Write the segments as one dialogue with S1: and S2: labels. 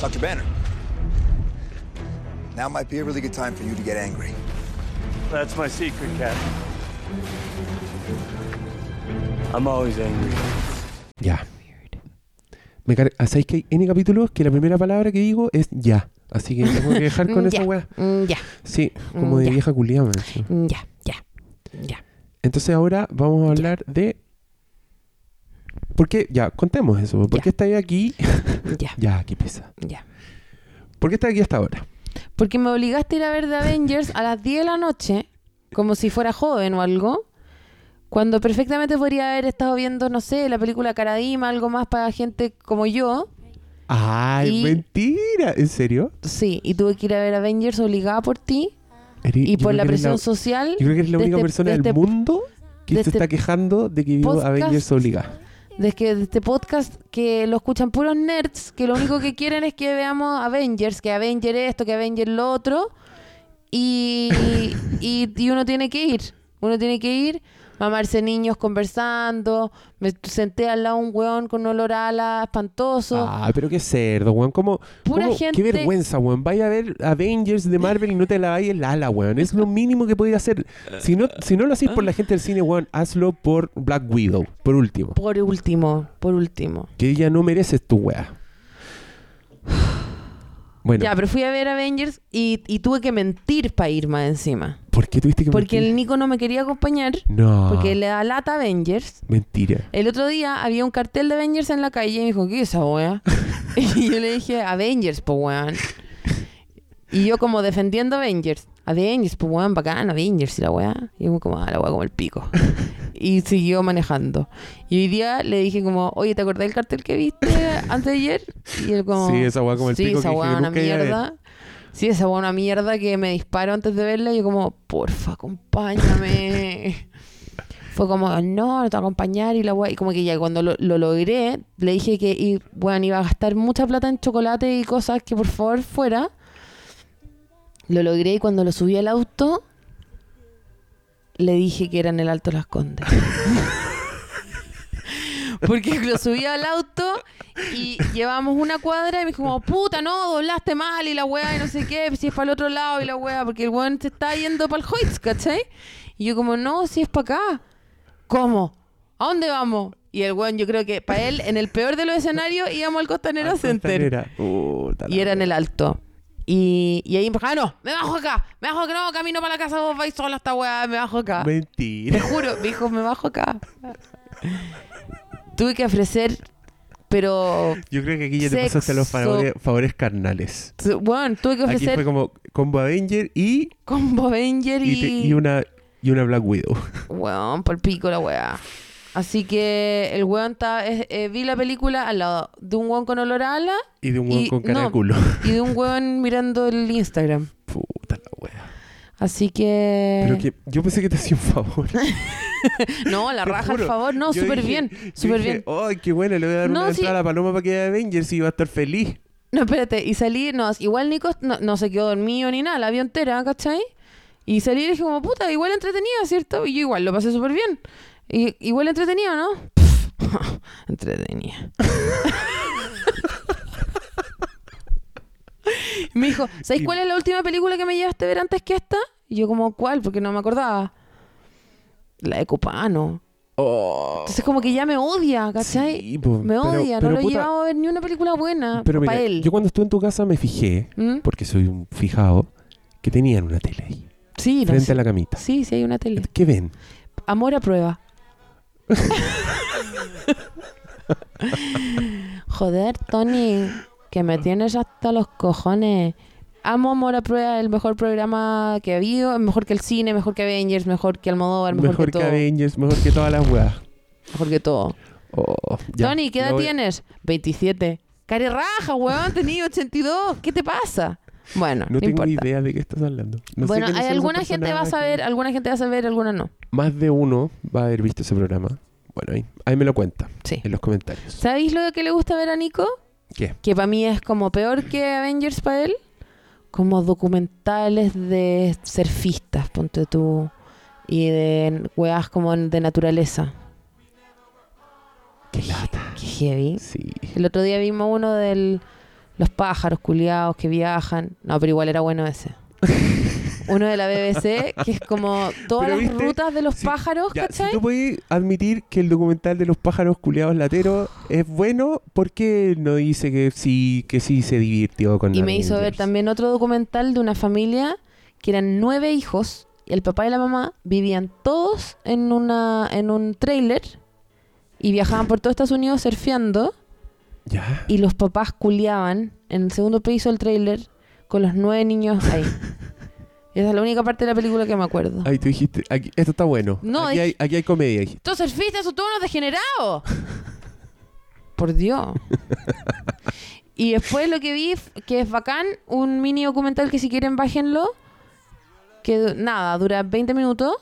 S1: Dr. Banner, now might be a really good time for you to get angry.
S2: That's my secret, Captain. I'm always angry.
S3: Ya. Me car- ah, ¿Sabéis que hay N capítulos que la primera palabra que digo es ya? Así que tengo que dejar con
S4: Mm,
S3: esa
S4: ya,
S3: weá.
S4: mm, ya,
S3: Sí, como de
S4: Ya.
S3: vieja culiada. man, sí.
S4: mm, ya, ya, ya.
S3: Entonces ahora vamos a hablar de... ¿Por qué? Ya, contemos eso. ¿Por
S4: Ya.
S3: qué estáis aquí?
S4: mm, Ya, mm,
S3: ya, qué pesa.
S4: ya.
S3: ¿Por qué estáis aquí hasta ahora?
S4: Porque me obligaste a ir a ver The Avengers a las 10 de la noche, como si fuera joven o algo, cuando perfectamente podría haber estado viendo, no sé, la película Caradima, algo más para gente como yo.
S3: ¡Ay,
S4: Y-
S3: mentira! ¿En serio?
S4: Sí, y tuve que ir a ver Avengers obligada por ti
S3: Eri-
S4: y
S3: yo creo
S4: por la
S3: que eres
S4: presión social.
S3: Yo creo que eres la
S4: de
S3: única
S4: este-
S3: persona
S4: de
S3: del
S4: este-
S3: mundo que
S4: de
S3: se
S4: este
S3: está quejando de que vio
S4: podcast.
S3: Avengers obligada.
S4: de que de este podcast que lo escuchan puros nerds que lo único que quieren es que veamos Avengers, que Avenger esto, que Avenger lo otro y, y, y uno tiene que ir, uno tiene que ir mamarse niños conversando, me senté al lado de un weón con olor a ala espantoso,
S3: Ah, pero qué cerdo, weón. Como,
S4: Pura
S3: como-
S4: gente-
S3: Qué vergüenza, weón. Vaya a ver Avengers de Marvel y no te la vayas el ala, weón. Es lo mínimo que podías hacer. Si no, si no lo haces por la gente del cine, weón, hazlo por Black Widow, por último.
S4: por último, por último.
S3: Que ella no mereces tu weá. Bueno,
S4: Ya, pero fui a ver Avengers y, y tuve que mentir para ir más encima.
S3: ¿por qué tuviste que
S4: Porque el
S3: mentir?
S4: Nico no me quería acompañar,
S3: No,
S4: porque le da lata Avengers.
S3: mentira.
S4: El otro día había un cartel de Avengers en la calle y me dijo, ¿qué es esa wea? y yo le dije, Avengers, po weón. Y yo como defendiendo Avengers. Avengers, po weón, bacán, Avengers y la wea. Y yo como, ah, la wea como el pico. y siguió manejando. Y hoy día le dije como, oye, ¿te acordás del cartel que viste antes de ayer? Y él como,
S3: Sí, esa wea como el
S4: "Sí,
S3: pico
S4: esa
S3: que
S4: wea
S3: dije que
S4: una
S3: nunca iba a ver".
S4: mierda. Sí, esa wea una mierda que me disparo antes de verla y yo como, porfa, acompáñame. Fue como, no, no te voy a acompañar y la weá. Y como que ya cuando lo, lo logré, le dije que y, bueno, iba a gastar mucha plata en chocolate y cosas que por favor fuera. Lo logré y cuando lo subí al auto, le dije que era en el Alto Las Condes. Porque lo subí al auto y llevamos una cuadra y me dijo como, puta, no, doblaste mal y la weá y no sé qué, si es para el otro lado y la weá, porque el weón se está yendo para el Hoyts, ¿cachai? Y yo como, no, si es para acá. ¿Cómo? ¿A dónde vamos? Y el weón, yo creo que para él, en el peor de los escenarios, íbamos al Costanera Center.
S3: Era. Puta la
S4: Y era en
S3: wea.
S4: el alto. Y, y ahí empujaba, no, me bajo acá, me bajo acá, no, camino para la casa, vos vais sola esta weá, me bajo acá. Te
S3: Mentira.
S4: juro, me dijo, me bajo acá. Tuve que ofrecer, pero,
S3: Yo creo que aquí ya te pasaste a los
S4: Sexo.
S3: favores, favores carnales.
S4: tu- bueno, tuve que
S3: Aquí fue
S4: ofrecer
S3: como combo Avenger y,
S4: combo Avenger
S3: y,
S4: y,
S3: te- y una, y una Black Widow.
S4: Weón, por pico la weá. Así que el weón estaba, es- eh, vi la película al lado de un weón con olor a ala
S3: Y de un hueón
S4: Y-
S3: con cara de
S4: no.
S3: culo.
S4: y de un weón mirando el Instagram.
S3: Puta la wea.
S4: Así que...
S3: Pero que yo pensé que te hacía un favor.
S4: No, la
S3: Te
S4: raja,
S3: juro.
S4: por favor, no,
S3: Yo
S4: súper
S3: dije-
S4: bien,
S3: yo
S4: súper
S3: dije,
S4: bien.
S3: Ay, qué bueno, le voy a dar
S4: No,
S3: una
S4: sí.
S3: entrada a la paloma para que vea Avengers y va a estar feliz.
S4: No, espérate, y salí, no, igual Nico no, no se quedó dormido ni nada, la vio entera, ¿cachai? Y salí y dije como, puta, igual entretenida, ¿cierto? Y yo igual lo pasé súper bien. Y, igual entretenida, ¿no? Pff, entretenida. Y me dijo, ¿sabes cuál es la última película que me llevaste a ver antes que esta? Y yo como, ¿cuál? Porque no me acordaba. La de Copano.
S3: Oh.
S4: Entonces como que ya me odia, ¿cachai?
S3: Sí, po,
S4: Me
S3: pero-
S4: odia,
S3: pero
S4: no lo he
S3: puta,
S4: llevado a ver ni una película buena
S3: Pero mira,
S4: para él.
S3: yo cuando estuve en tu casa me fijé,
S4: ¿Mm?
S3: porque soy un fijado, que tenían una tele ahí,
S4: Sí, no
S3: frente
S4: sé.
S3: a la camita.
S4: Sí, sí hay una tele.
S3: ¿Qué ven?
S4: Amor a prueba. Joder, Tony, que me tienes hasta los cojones. Amo Amor a prueba, el mejor programa que ha habido, mejor que el cine, mejor que Avengers, mejor que Almodóvar, mejor,
S3: Mejor
S4: que,
S3: que,
S4: todo.
S3: Avengers, mejor que todas las weas.
S4: Mejor que todo.
S3: Oh, ya,
S4: Tony, ¿qué
S3: la
S4: edad
S3: voy-
S4: tienes? 27. Cari raja, weón, tenía 82. ¿Qué te pasa? Bueno, no,
S3: No tengo
S4: importa.
S3: idea de qué estás hablando. No sé
S4: bueno,
S3: quiénes
S4: hay
S3: son los
S4: alguna gente va a
S3: personajes.
S4: saber, alguna gente va a saber, alguna no.
S3: Más de uno va a haber visto ese programa. Bueno, ahí, ahí me lo cuenta
S4: Sí.
S3: en los comentarios.
S4: ¿Sabéis lo que le gusta ver a Nico?
S3: ¿Qué?
S4: que para mí es como peor que Avengers para él, como documentales de surfistas, ponte tú, y de weas como de naturaleza.
S3: Qué lata.
S4: Qué heavy.
S3: Sí.
S4: El otro día vimos uno del Los pájaros culiados que viajan. No, pero igual era bueno ese. Uno de la BBC, que es como todas
S3: Pero
S4: las
S3: viste,
S4: rutas de los
S3: si-
S4: pájaros,
S3: Ya, si
S4: ¿cachai?
S3: tú podés admitir que el documental de los pájaros culiados lateros es bueno, ¿por qué no dice que sí, que sí se divirtió con
S4: Y me hizo ver
S3: Avengers?
S4: también otro documental de una familia que eran nueve hijos. y El papá y la mamá vivían todos en, una, en un trailer y viajaban por todo Estados Unidos surfeando.
S3: Ya.
S4: Y los papás culiaban en el segundo piso del trailer con los nueve niños ahí. Esa es la única parte de la película que me acuerdo.
S3: Ahí tú dijiste, aquí- esto está bueno.
S4: No,
S3: aquí,
S4: dij-
S3: hay, aquí hay comedia. dijiste.
S4: ¡Estos surfistas son todos unos degenerados! Por Dios. Y después lo que vi, f- que es bacán, un mini documental que si quieren bájenlo, que du- nada, dura 20 minutos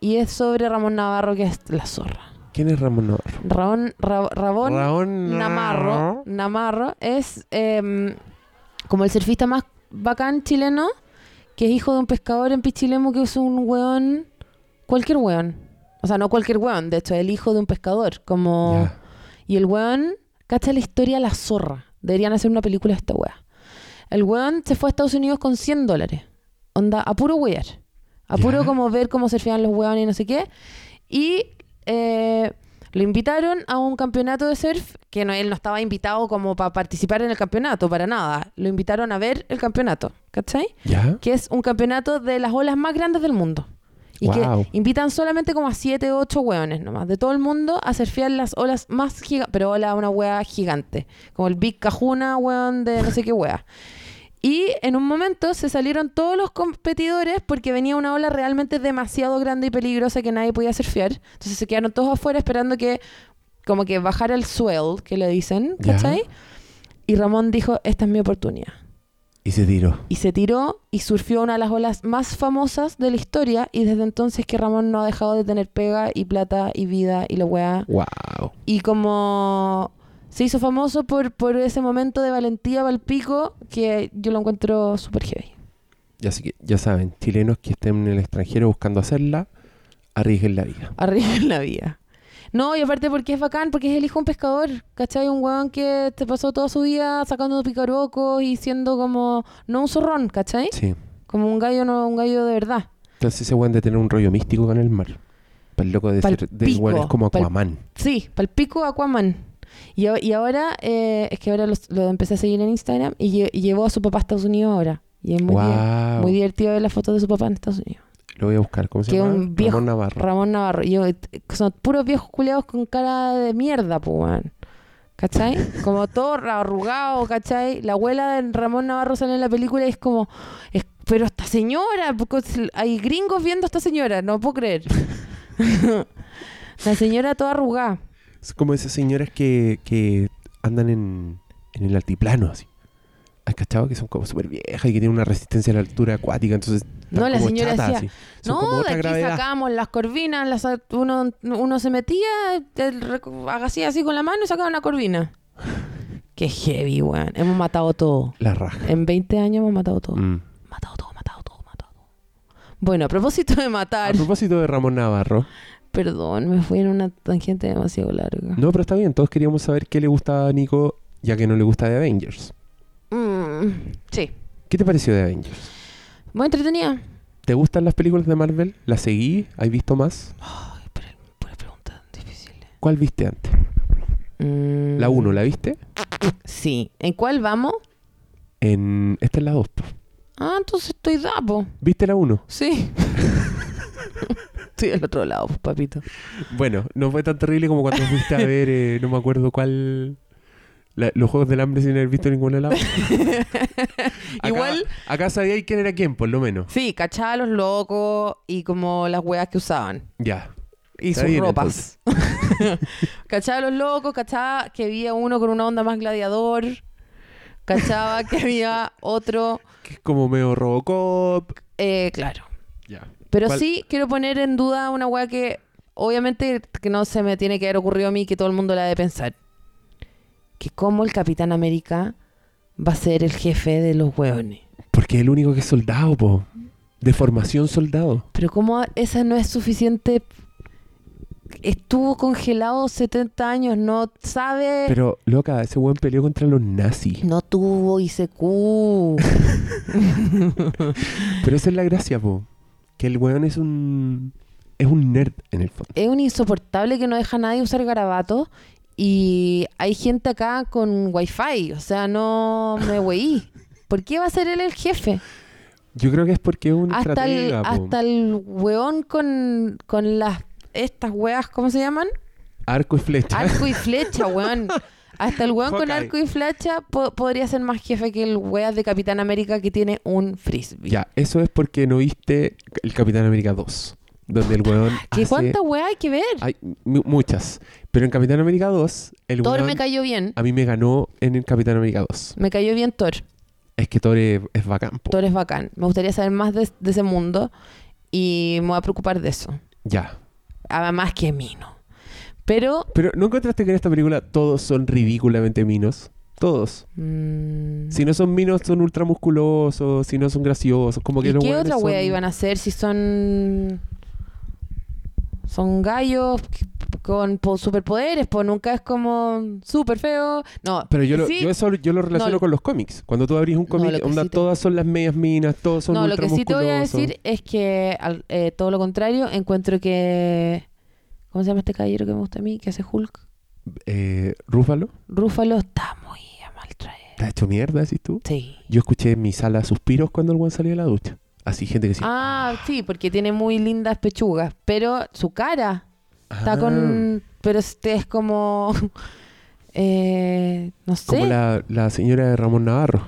S4: y es sobre Ramón Navarro, que es la zorra.
S3: ¿Quién es Ramón Navarro?
S4: Ramón, Ra- Rabón
S3: Ramón
S4: Namarro, Namarro es em, como el surfista más bacán chileno, que es hijo de un pescador en Pichilemu que es un weón, cualquier weón. O sea, no cualquier weón, de hecho, el hijo de un pescador. Como...
S3: Ya.
S4: Y el weón, cacha la historia de la zorra. Deberían hacer una película de esta wea. El weón se fue a Estados Unidos con 100 dólares. Onda, a puro wear. A puro
S3: Ya.
S4: como ver cómo surfean los weones y no sé qué. Y eh, lo invitaron a un campeonato de surf, que no, él no estaba invitado como para participar en el campeonato, para nada. Lo invitaron a ver el campeonato, ¿cachai?
S3: ¿Ya?
S4: Que es un campeonato de las olas más grandes del mundo. Y
S3: Guau.
S4: que invitan solamente como a 7, 8 hueones nomás, de todo el mundo, a surfear las olas más gigantes, pero ola una hueá gigante, como el Big Cajuna, hueón de no sé qué hueá. Y en un momento se salieron todos los competidores porque venía una ola realmente demasiado grande y peligrosa que nadie podía surfear. Entonces se quedaron todos afuera esperando que como que bajara el swell, que le dicen,
S3: Ya.
S4: ¿cachai? Y Ramón dijo, esta es mi oportunidad
S3: Y se tiró.
S4: y se tiró y surfió una de las olas más famosas de la historia y desde entonces que Ramón no ha dejado de tener pega y plata y vida y la weá.
S3: Wow.
S4: Y como se hizo famoso por, por ese momento de valentía valpico que yo lo encuentro súper heavy.
S3: Y así que ya saben, chilenos que estén en el extranjero buscando hacerla, arriesguen la vida.
S4: Arriba en la vida. No, y aparte porque es bacán, porque es el hijo de un pescador, ¿cachai? Un weón que te pasó toda su vida sacando picarocos y siendo como, no un zorrón, ¿cachai?
S3: Sí.
S4: Como un gallo, no un gallo de verdad.
S3: Entonces ese weón de tener un rollo místico con el mar. Para el loco de
S4: Pal
S3: ser de weón es
S4: pico,
S3: como
S4: pal-
S3: Aquaman.
S4: Sí, palpico Aquaman. Y, a- y ahora, eh, es que ahora los- lo empecé a seguir en Instagram y, lle- y llevó a su papá a Estados Unidos ahora. Y es muy, di-
S3: wow.
S4: muy divertido ver las fotos de su papá en Estados Unidos.
S3: Lo voy a buscar. ¿Cómo se
S4: Que
S3: llama?
S4: un viejo-
S3: Ramón Navarro.
S4: Ramón Navarro. Y yo, t- son puros viejos culiados con cara de mierda, pues, weón. ¿Cachai? Como todo arrugado, ¿cachai? La abuela de Ramón Navarro sale en la película y es como, es- pero esta señora, porque es- hay gringos viendo a esta señora, no puedo creer. la señora toda arrugada.
S3: Es como esas señoras que, que andan en, en el altiplano, así. ¿Has cachado? Que son como súper viejas y que tienen una resistencia a la altura acuática. Entonces, están
S4: No, la
S3: como
S4: señora
S3: chatas,
S4: decía,
S3: así. Son como
S4: No, de
S3: otra
S4: aquí
S3: gravedad.
S4: sacábamos las corvinas, las, sa- uno, uno se metía, el reco- hacía así con la mano y sacaba una corvina. Qué heavy, weón. Hemos matado todo.
S3: La raja.
S4: En 20 años hemos matado todo.
S3: Mm.
S4: Matado todo, matado todo, matado todo. Bueno, a propósito de
S3: A
S4: matar,
S3: propósito de Ramón Navarro.
S4: perdón, me fui en una tangente demasiado larga.
S3: No, pero está bien. Todos queríamos saber qué le gusta a Nico, ya que no le gusta de Avengers.
S4: Mm, sí,
S3: ¿Qué te pareció de Avengers?
S4: muy entretenida.
S3: ¿Te gustan las películas de Marvel? ¿Las seguí? ¿Has visto más?
S4: Ay, pero pura pregunta difícil.
S3: ¿Cuál viste antes?
S4: Mm,
S3: La 1, ¿la viste?
S4: Sí. ¿En cuál vamos?
S3: En... Esta es la 2.
S4: Ah, entonces estoy dapo.
S3: ¿Viste la 1?
S4: Sí. Estoy del otro lado, pues, papito.
S3: Bueno, no fue tan terrible como cuando fuiste a ver, eh, no me acuerdo cuál. la- los Juegos del Hambre sin haber visto ninguna lado.
S4: Igual-
S3: Acá sabía quién era quién, por lo menos.
S4: Sí, cachaba a los locos y como las weas que usaban.
S3: Ya.
S4: Y
S3: Está
S4: sus
S3: bien,
S4: ropas. cachaba a los locos, cachaba que había uno con una onda más gladiador. Cachaba que había otro.
S3: Que es como medio Robocop.
S4: eh, claro.
S3: Ya.
S4: Pero
S3: ¿Cuál?
S4: sí quiero poner en duda una wea que obviamente que no se me tiene que haber ocurrido a mí que todo el mundo la debe pensar. Que cómo el Capitán América va a ser el jefe de los hueones.
S3: Porque es el único que es soldado, po. De formación soldado.
S4: Pero como esa no es suficiente estuvo congelado 70 años, no sabe,
S3: Pero, loca, ese weón peleó contra los nazis.
S4: no tuvo ICQ.
S3: Pero esa es la gracia, po. Que el weón es un. Es un nerd en el fondo.
S4: es un insoportable que no deja a nadie usar garabato y hay gente acá con wifi, o sea, no me weí. ¿Por qué va a ser él el jefe?
S3: Yo creo que es porque es un
S4: Hasta el,
S3: estratega, po.
S4: hasta el weón con, con las estas weas, ¿cómo se llaman?
S3: Arco y flecha.
S4: Arco y flecha, weón. Hasta el weón con
S3: Hawkeye.
S4: arco y flecha po- podría ser más jefe que el weas de Capitán América que tiene un frisbee.
S3: Ya, eso es porque no viste el Capitán América 2. Donde el weón. hace-
S4: ¿Qué
S3: Ah,
S4: cuánta wea hay que ver?
S3: Hay mu- muchas. Pero en Capitán América 2, el
S4: Thor
S3: weón
S4: me cayó bien.
S3: a mí me ganó en el Capitán América 2.
S4: Me cayó bien Thor.
S3: Es que Thor es, es bacán. po.
S4: Thor es bacán. Me gustaría saber más de, de ese mundo y me voy a preocupar de eso.
S3: Ya.
S4: Además que Mino. Pero
S3: Pero ¿no encontraste que en esta película todos son ridículamente minos? Todos.
S4: mm,
S3: Si no son minos, son ultramusculosos. Si no son graciosos. Como que
S4: ¿y
S3: los
S4: qué
S3: weones
S4: otra wea
S3: son-
S4: iban a hacer si son son gallos con po- superpoderes? Pues nunca es como super feo. No,
S3: Pero yo, lo,
S4: sí,
S3: yo eso yo lo relaciono
S4: lo-
S3: con los cómics. Cuando tú abrís un cómic,
S4: lo que
S3: onda,
S4: sí te-
S3: todas son las medias minas, todos son
S4: no, lo que sí te voy a
S3: ultramusculosos.
S4: decir es que al- eh, todo lo contrario, encuentro que ¿cómo se llama este caballero que me gusta a mí? Que hace Hulk.
S3: Eh, Rúfalo,
S4: Rúfalo está muy a mal traer.
S3: ¿te has hecho mierda, decís tú?
S4: Sí.
S3: Yo escuché en mi sala suspiros cuando el weón salió de la ducha. Así gente que decía...
S4: Ah, sí, porque tiene muy lindas pechugas, pero su cara está
S3: "Ah".
S4: con... Pero este es como... eh, no sé.
S3: Como la, la señora de Ramón Navarro.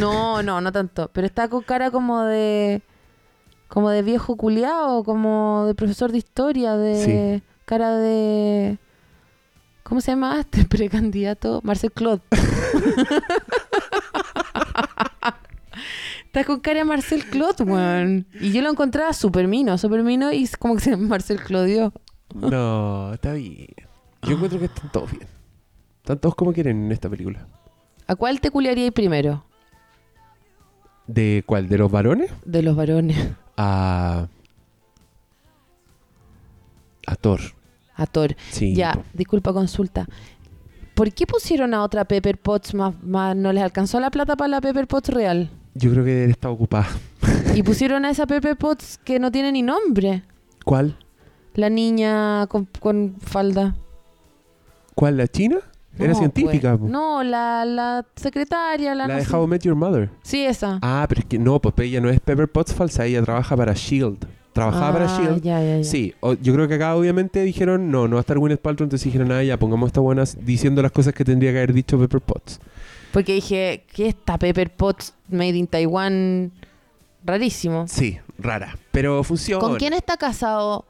S4: No, no, no tanto. Pero está con cara como de... Como de viejo culiao, como de profesor de historia, de... Cara de... ¿Cómo se llama este precandidato? Marcel Claude. Está con cara de Marcel Claude, weón. Y yo lo encontraba súper mino, súper mino y como que se Marcel Clodio.
S3: No, está bien. Yo encuentro que están todos bien. Están todos como quieren en esta película.
S4: ¿A cuál te culiaríais primero?
S3: ¿De cuál? ¿De los varones?
S4: De los varones.
S3: A... A Thor.
S4: A Thor.
S3: Sí.
S4: ya,
S3: po.
S4: disculpa, consulta. ¿Por qué pusieron a otra Pepper Potts más, más- No les alcanzó la plata para la Pepper Potts real.
S3: Yo creo que él está ocupada.
S4: Y pusieron a esa Pepper Potts que no tiene ni nombre.
S3: ¿Cuál?
S4: La niña con, con falda.
S3: ¿Cuál? ¿La China? Era
S4: No,
S3: científica.
S4: pues.
S3: po.
S4: No, la, la secretaria, la...
S3: la
S4: no
S3: de
S4: sé.
S3: How I Met Your Mother.
S4: Sí, esa.
S3: Ah, pero es que no, pues ella no es Pepper Potts falsa, ella trabaja para Shield. E Trabajaba para
S4: Ah,
S3: Shield.
S4: ya, ya, ya.
S3: E Sí, o- yo creo que acá obviamente dijeron, no, no va a estar Gwyneth Paltrow, entonces dijeron, ah, ya, pongamos esta buena diciendo las cosas que tendría que haber dicho Pepper Potts.
S4: Porque dije, ¿qué está Pepper Potts Made in Taiwan? Rarísimo.
S3: Sí, rara, pero funciona.
S4: ¿Con quién está casado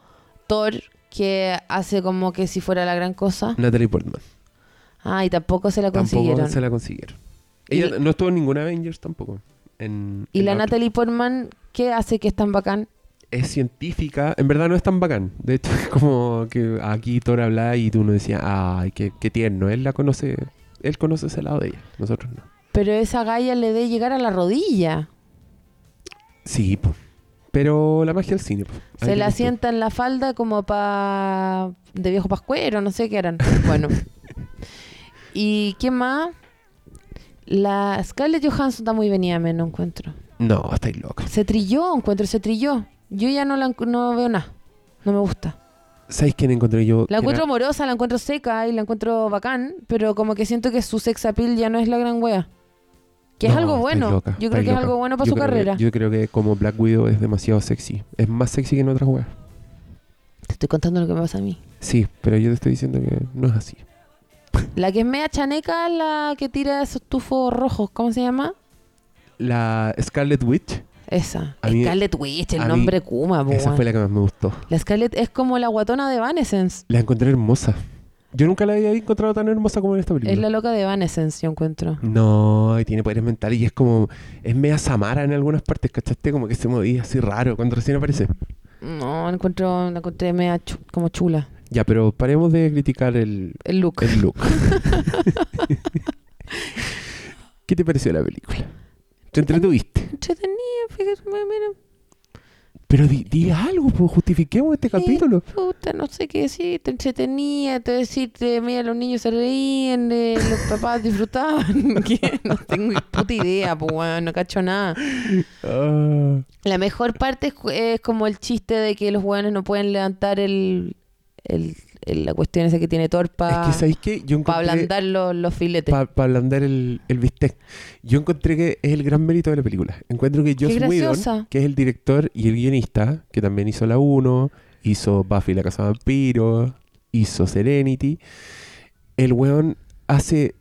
S4: Thor que hace como que si fuera la gran cosa?
S3: Natalie Portman.
S4: Ah, y tampoco se la
S3: Tampoco
S4: consiguieron.
S3: se la consiguieron.
S4: Y-
S3: Ella no estuvo en ninguna Avengers tampoco. En,
S4: Y
S3: en
S4: la
S3: otra.
S4: Natalie Portman, ¿qué hace que es tan bacán?
S3: es científica, en verdad no es tan bacán. De hecho, es como que aquí Thor hablaba y tú no decías, ay, qué, qué tierno, él la conoce, él conoce ese lado de ella, nosotros no.
S4: Pero esa galla le debe llegar a la rodilla.
S3: Sí, po. pero la magia del cine. po.
S4: Se
S3: Ahí
S4: la
S3: tienes tú.
S4: sienta en la falda como pa... de viejo pascuero, no sé qué eran. Bueno. ¿Y qué más? La Scarlett Johansson está muy venida a menos, encuentro.
S3: No, estáis loca.
S4: Se trilló, encuentro, se trilló. Yo ya no la encu- no veo nada. No me gusta.
S3: ¿Sabéis quién encontré yo?
S4: La
S3: que era-
S4: encuentro amorosa, la encuentro seca y la encuentro bacán, pero como que siento que su sex appeal ya no es la gran wea. Que es
S3: No,
S4: algo
S3: estáis
S4: bueno.
S3: loca,
S4: yo creo
S3: estáis
S4: que es
S3: loca.
S4: algo bueno para
S3: Yo
S4: su
S3: creo que-
S4: carrera.
S3: yo creo que como Black Widow es demasiado sexy. Es más sexy que en otras weas.
S4: Te estoy contando lo que me pasa a mí.
S3: Sí, pero yo te estoy diciendo que no es así.
S4: La que es media chaneca es la que tira esos tufos rojos. ¿Cómo se llama?
S3: La Scarlet Witch,
S4: Esa.
S3: A mí-
S4: Scarlett Witch,
S3: a
S4: el
S3: mí-
S4: nombre Kuma, po,
S3: esa
S4: weón.
S3: fue la que más me gustó.
S4: La Scarlett es como la guatona de Evanescence.
S3: La encontré hermosa. Yo nunca la había encontrado tan hermosa como en esta película.
S4: Es la loca de Evanescence, yo encuentro.
S3: No, y tiene poderes mentales y es como. Es media Samara en algunas partes, ¿cachaste? Como que se movía así raro cuando recién aparece.
S4: No, la encuentro, la encontré media chu- como chula.
S3: Ya, pero paremos de criticar el,
S4: El look.
S3: el look. ¿Qué te pareció la película? ¿Te entretuviste?
S4: entretenida, fíjate, mira.
S3: Pero di, di algo, pues, justifiquemos este capítulo.
S4: Sí, puta, no sé qué decir, te entretenía, te decirte, mira, los niños se reían, eh, los papás disfrutaban. ¿Qué? No tengo ni puta idea, pues, weón, no cacho nada.
S3: Ah,
S4: La mejor parte es, cu- es como el chiste de que los weones no pueden levantar el, el, el- la cuestión esa que tiene torpa
S3: es que, ¿sabéis qué? Yo
S4: para
S3: encontré...
S4: ablandar los, los filetes.
S3: Para ablandar el, el bistec. Yo encontré que es el gran mérito de la película. Encuentro que Joss Whedon,
S4: graciosa.
S3: que es el director y el guionista, que también hizo La 1, hizo Buffy la Casa de Vampiros, hizo Serenity, el weón hace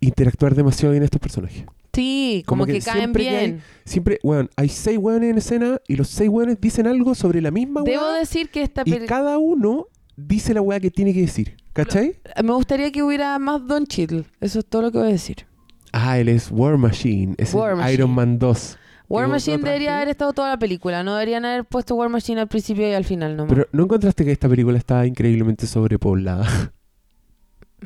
S3: interactuar demasiado bien a estos personajes.
S4: Sí, como,
S3: como que
S4: que, caen
S3: siempre que hay-
S4: bien.
S3: Siempre, weón, hay seis weones en escena y los seis weones dicen algo sobre la misma
S4: Debo
S3: weá
S4: decir que esta
S3: y
S4: peli-
S3: cada uno dice la weá que tiene que decir. ¿Cachai?
S4: me gustaría que hubiera más Don Cheadle. Eso es todo lo que voy a decir.
S3: Ah, él es War Machine. Es el
S4: War Machine.
S3: Iron Man 2.
S4: War
S3: otro
S4: Machine
S3: traje?
S4: debería haber estado toda la película. No deberían haber puesto War Machine al principio y al final nomás.
S3: Pero ¿no encontraste que esta película está increíblemente sobrepoblada?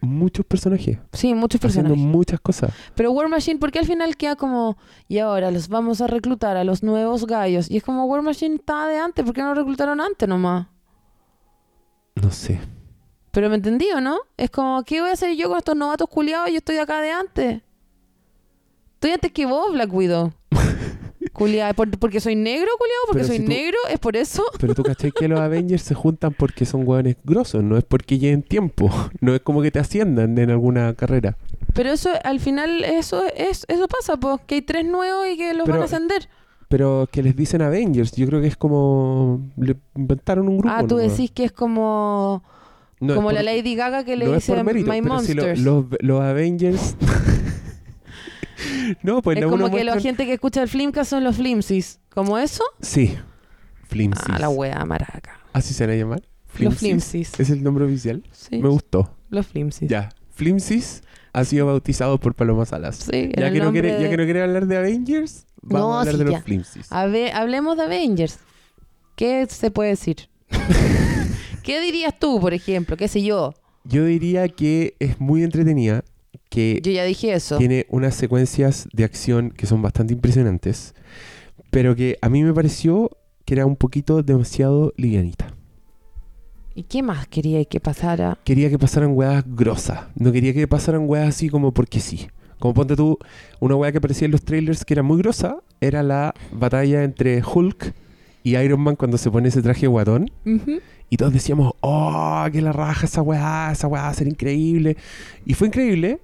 S3: Muchos personajes,
S4: sí, muchos
S3: haciendo
S4: Mm. personajes.
S3: muchas cosas.
S4: Pero War Machine, porque al final queda como, y ahora los vamos a reclutar a los nuevos gallos. Y es como War Machine estaba de antes, ¿por qué no lo reclutaron antes nomás?
S3: No sé.
S4: Pero me entendí, ¿o no? Es como, ¿qué voy a hacer yo con estos novatos culiados? Yo estoy acá de antes. Estoy antes que vos, Black Widow. Culiado, ¿por- porque soy negro, culiado, porque
S3: Pero
S4: soy
S3: si tú-
S4: negro, es por eso.
S3: Pero tú caché que los Avengers se juntan porque son hueones grosos, no es porque lleven tiempo, no es como que te asciendan en alguna carrera.
S4: Pero eso, al final, eso es, eso pasa, pues, que hay tres nuevos y que los
S3: Pero-
S4: van a ascender.
S3: Pero que les dicen Avengers, yo creo que es como... Le inventaron un grupo.
S4: Ah, tú
S3: nomás.
S4: decís que es como,
S3: No, es
S4: como
S3: por- e-
S4: la Lady Gaga que le
S3: no es
S4: dice
S3: por mérito,
S4: My
S3: pero si lo-
S4: Monsters.
S3: los, los Avengers... no, pues
S4: es
S3: no,
S4: como
S3: uno
S4: que la
S3: muestran-
S4: gente que escucha el Flimcast son los Flimsies. ¿Como eso?
S3: Sí, Flimsies.
S4: Ah, la wea maraca.
S3: ¿Así se van a llamar?
S4: Los
S3: Flimsies.
S4: Flimsies.
S3: ¿Es el nombre oficial?
S4: Sí,
S3: Me gustó.
S4: los Flimsies.
S3: Ya. Flimsis ha sido bautizado por Paloma Salas.
S4: Sí, era
S3: ya,
S4: el
S3: que no
S4: nombre
S3: quiere, ya
S4: de-
S3: que no quiere hablar de Avengers, vamos
S4: No,
S3: a hablar
S4: sí,
S3: de los
S4: ya. Ah.
S3: Flimsis.
S4: A ver, hablemos de Avengers. ¿Qué se puede decir? ¿Qué dirías tú, por ejemplo? ¿Qué sé yo?
S3: Yo diría que es muy entretenida, que
S4: Yo ya dije eso.
S3: tiene unas secuencias de acción que son bastante impresionantes, pero que a mí me pareció que era un poquito demasiado livianita.
S4: ¿Y qué más quería que pasara?
S3: quería que pasaran weas grosas. No quería que pasaran weas así como porque sí. Como ponte tú, una wea que aparecía en los trailers que era muy grosa era la batalla entre Hulk y Iron Man cuando se pone ese traje guatón.
S4: Ujú.
S3: Y todos decíamos, oh, que la raja esa weá, esa weá va a ser increíble. Y fue increíble,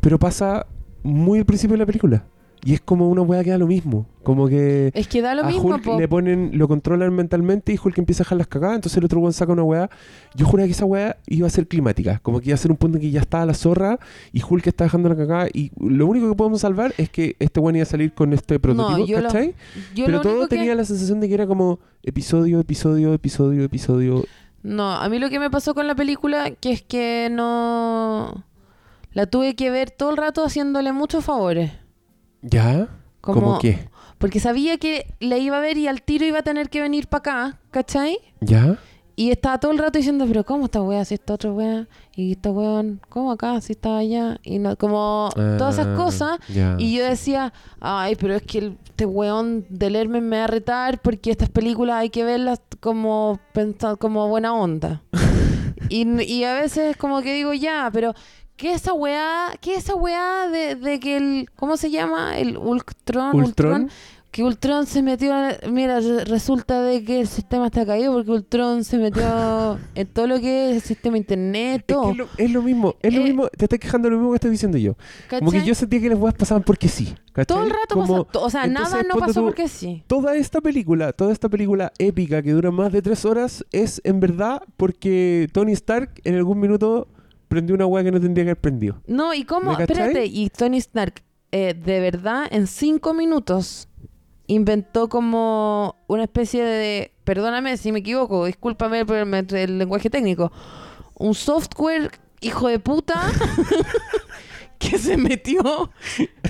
S3: pero pasa muy al principio de la película. Y es como una weá que da lo mismo. Como que
S4: Es que da lo
S3: a
S4: mismo,
S3: Hulk
S4: po.
S3: le ponen, lo controlan mentalmente y Hulk empieza a dejar las cagadas, entonces el otro weón saca una weá. Yo juraba que esa weá iba a ser climática, como que iba a ser un punto en que ya estaba la zorra y Hulk está dejando la cagada y lo único que podemos salvar es que este weón iba a salir con este prototipo,
S4: yo lo-
S3: ¿cachai?
S4: Yo
S3: Pero
S4: lo único
S3: todo
S4: que-
S3: tenía la sensación de que era como episodio, episodio, episodio, episodio.
S4: No, a mí lo que me pasó con la película, que es que no... La tuve que ver todo el rato haciéndole muchos favores.
S3: ¿Ya? ¿Cómo,
S4: Como-
S3: qué?
S4: Porque sabía que la iba a ver y al tiro iba a tener que venir para acá, ¿cachai?
S3: ¿Ya?
S4: Y estaba todo el rato diciendo, pero ¿cómo esta wea? Si esta otra wea. Y esta weón, ¿cómo acá? Si está allá. Y no, como todas
S3: Ah,
S4: esas cosas.
S3: ya.
S4: Y yo decía, ay, pero es que el- este weón del Hermes me va a retar porque estas películas hay que verlas como, pensa- como buena onda. y, y a veces como que digo, ya, pero ¿qué esa weá? ¿Qué esa weá de, de que el, ¿cómo se llama? El Ultron.
S3: ¿Ultron?
S4: Que Ultron se metió. a- Mira, re- resulta de que el sistema está caído porque Ultron se metió en todo lo que es el sistema internet,
S3: Es, que
S4: todo.
S3: es lo, es lo mismo, es lo
S4: Eh,
S3: mismo, te estás quejando de lo mismo que estoy diciendo yo. Como que
S4: ¿Cachai?
S3: yo sentía que las weas pasaban porque sí. ¿cachai?
S4: Todo el rato
S3: Como-
S4: pasó. O sea, nada
S3: entonces,
S4: no
S3: ponte
S4: pasó
S3: tú-
S4: porque sí.
S3: toda esta película, toda esta película épica que dura más de tres horas es en verdad porque Tony Stark en algún minuto prendió una weá que no tendría que haber prendido.
S4: No, y cómo.
S3: ¿Me cachai?
S4: Espérate, y Tony Stark, eh, de verdad, en cinco minutos inventó como una especie de. Perdóname si me equivoco, discúlpame por el, el lenguaje técnico. Un software, hijo de puta. que se metió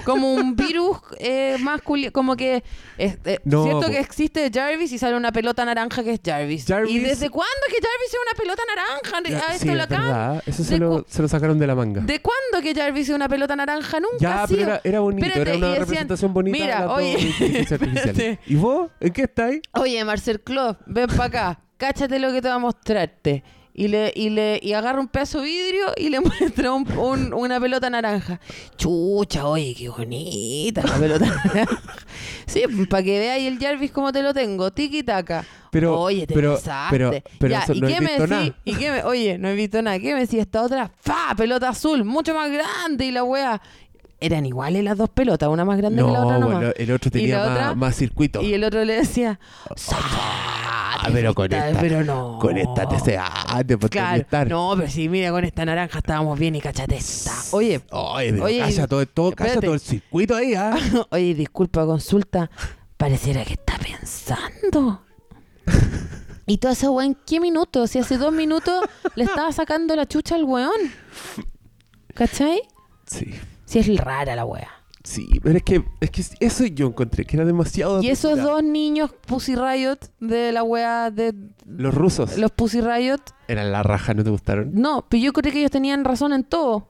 S4: como un virus eh, masculino. Como que. Es eh,
S3: No,
S4: cierto
S3: po.
S4: que existe Jarvis y sale una pelota naranja que es Jarvis.
S3: Jarvis-
S4: ¿Y desde cuándo que Jarvis es una pelota naranja? A
S3: Ya,
S4: esto
S3: sí,
S4: lo
S3: es
S4: acaban-
S3: verdad. Eso se
S4: de
S3: lo,
S4: cu-
S3: se lo sacaron de la manga.
S4: ¿De cuándo que Jarvis es una pelota naranja? Nunca
S3: ya,
S4: ha
S3: pero
S4: sido.
S3: era, era bonito,
S4: Espérate,
S3: era una
S4: y decían,
S3: representación bonita de
S4: mira,
S3: las dos
S4: oye,
S3: inteligencias artificiales.
S4: espérate.
S3: ¿Y vos? ¿En qué estáis?
S4: Oye, Marcel Clough, ven para acá, cáchate lo que te va a mostrarte. Y le, y le y agarra un pedazo de vidrio y le muestra un- un- una pelota naranja. Chucha, oye, qué bonita la pelota naranja. Sí, para que veáis el Jarvis como te lo tengo, tiki taca.
S3: Pero-
S4: oye, te
S3: pero-
S4: pasaste.
S3: pero- pero
S4: Ya,
S3: eso
S4: ¿y
S3: no he
S4: qué me
S3: visto
S4: decís?
S3: nada.
S4: ¿Y qué me, oye, no he visto nada. ¿Qué me decís esta otra? ¡Fa! Pelota azul, mucho más grande y la wea. Eran iguales las dos pelotas, una más grande que la otra nomás.
S3: bueno, el otro
S4: Y
S3: tenía
S4: la
S3: más,
S4: otra-
S3: más circuito.
S4: y el otro le decía, "Sa- te
S3: Ah, pero con
S4: fuiste,
S3: esta-
S4: pero no.
S3: Con esta te se ah, te podés
S4: Claro,
S3: estar.
S4: no, pero sí, mira, con esta naranja estábamos bien y cachate esta. Oye,
S3: Oye, pero
S4: Oye,
S3: calla todo, todo, calla
S4: espérate.
S3: todo el circuito ahí, ¿ah?
S4: oye, disculpa, consulta, pareciera que está pensando. Y toda esa weón, ¿en qué minuto? Si hace dos minutos le estaba sacando la chucha al weón. ¿Cachai?
S3: Sí.
S4: Si es rara la wea.
S3: Sí, pero es que, es que eso yo encontré, que era demasiado...
S4: Y esos
S3: apresurado.
S4: dos niños Pussy Riot de la wea de
S3: Los rusos.
S4: los Pussy Riot,
S3: Eran la raja, ¿no te gustaron?
S4: no, pero yo creo que ellos tenían razón en todo.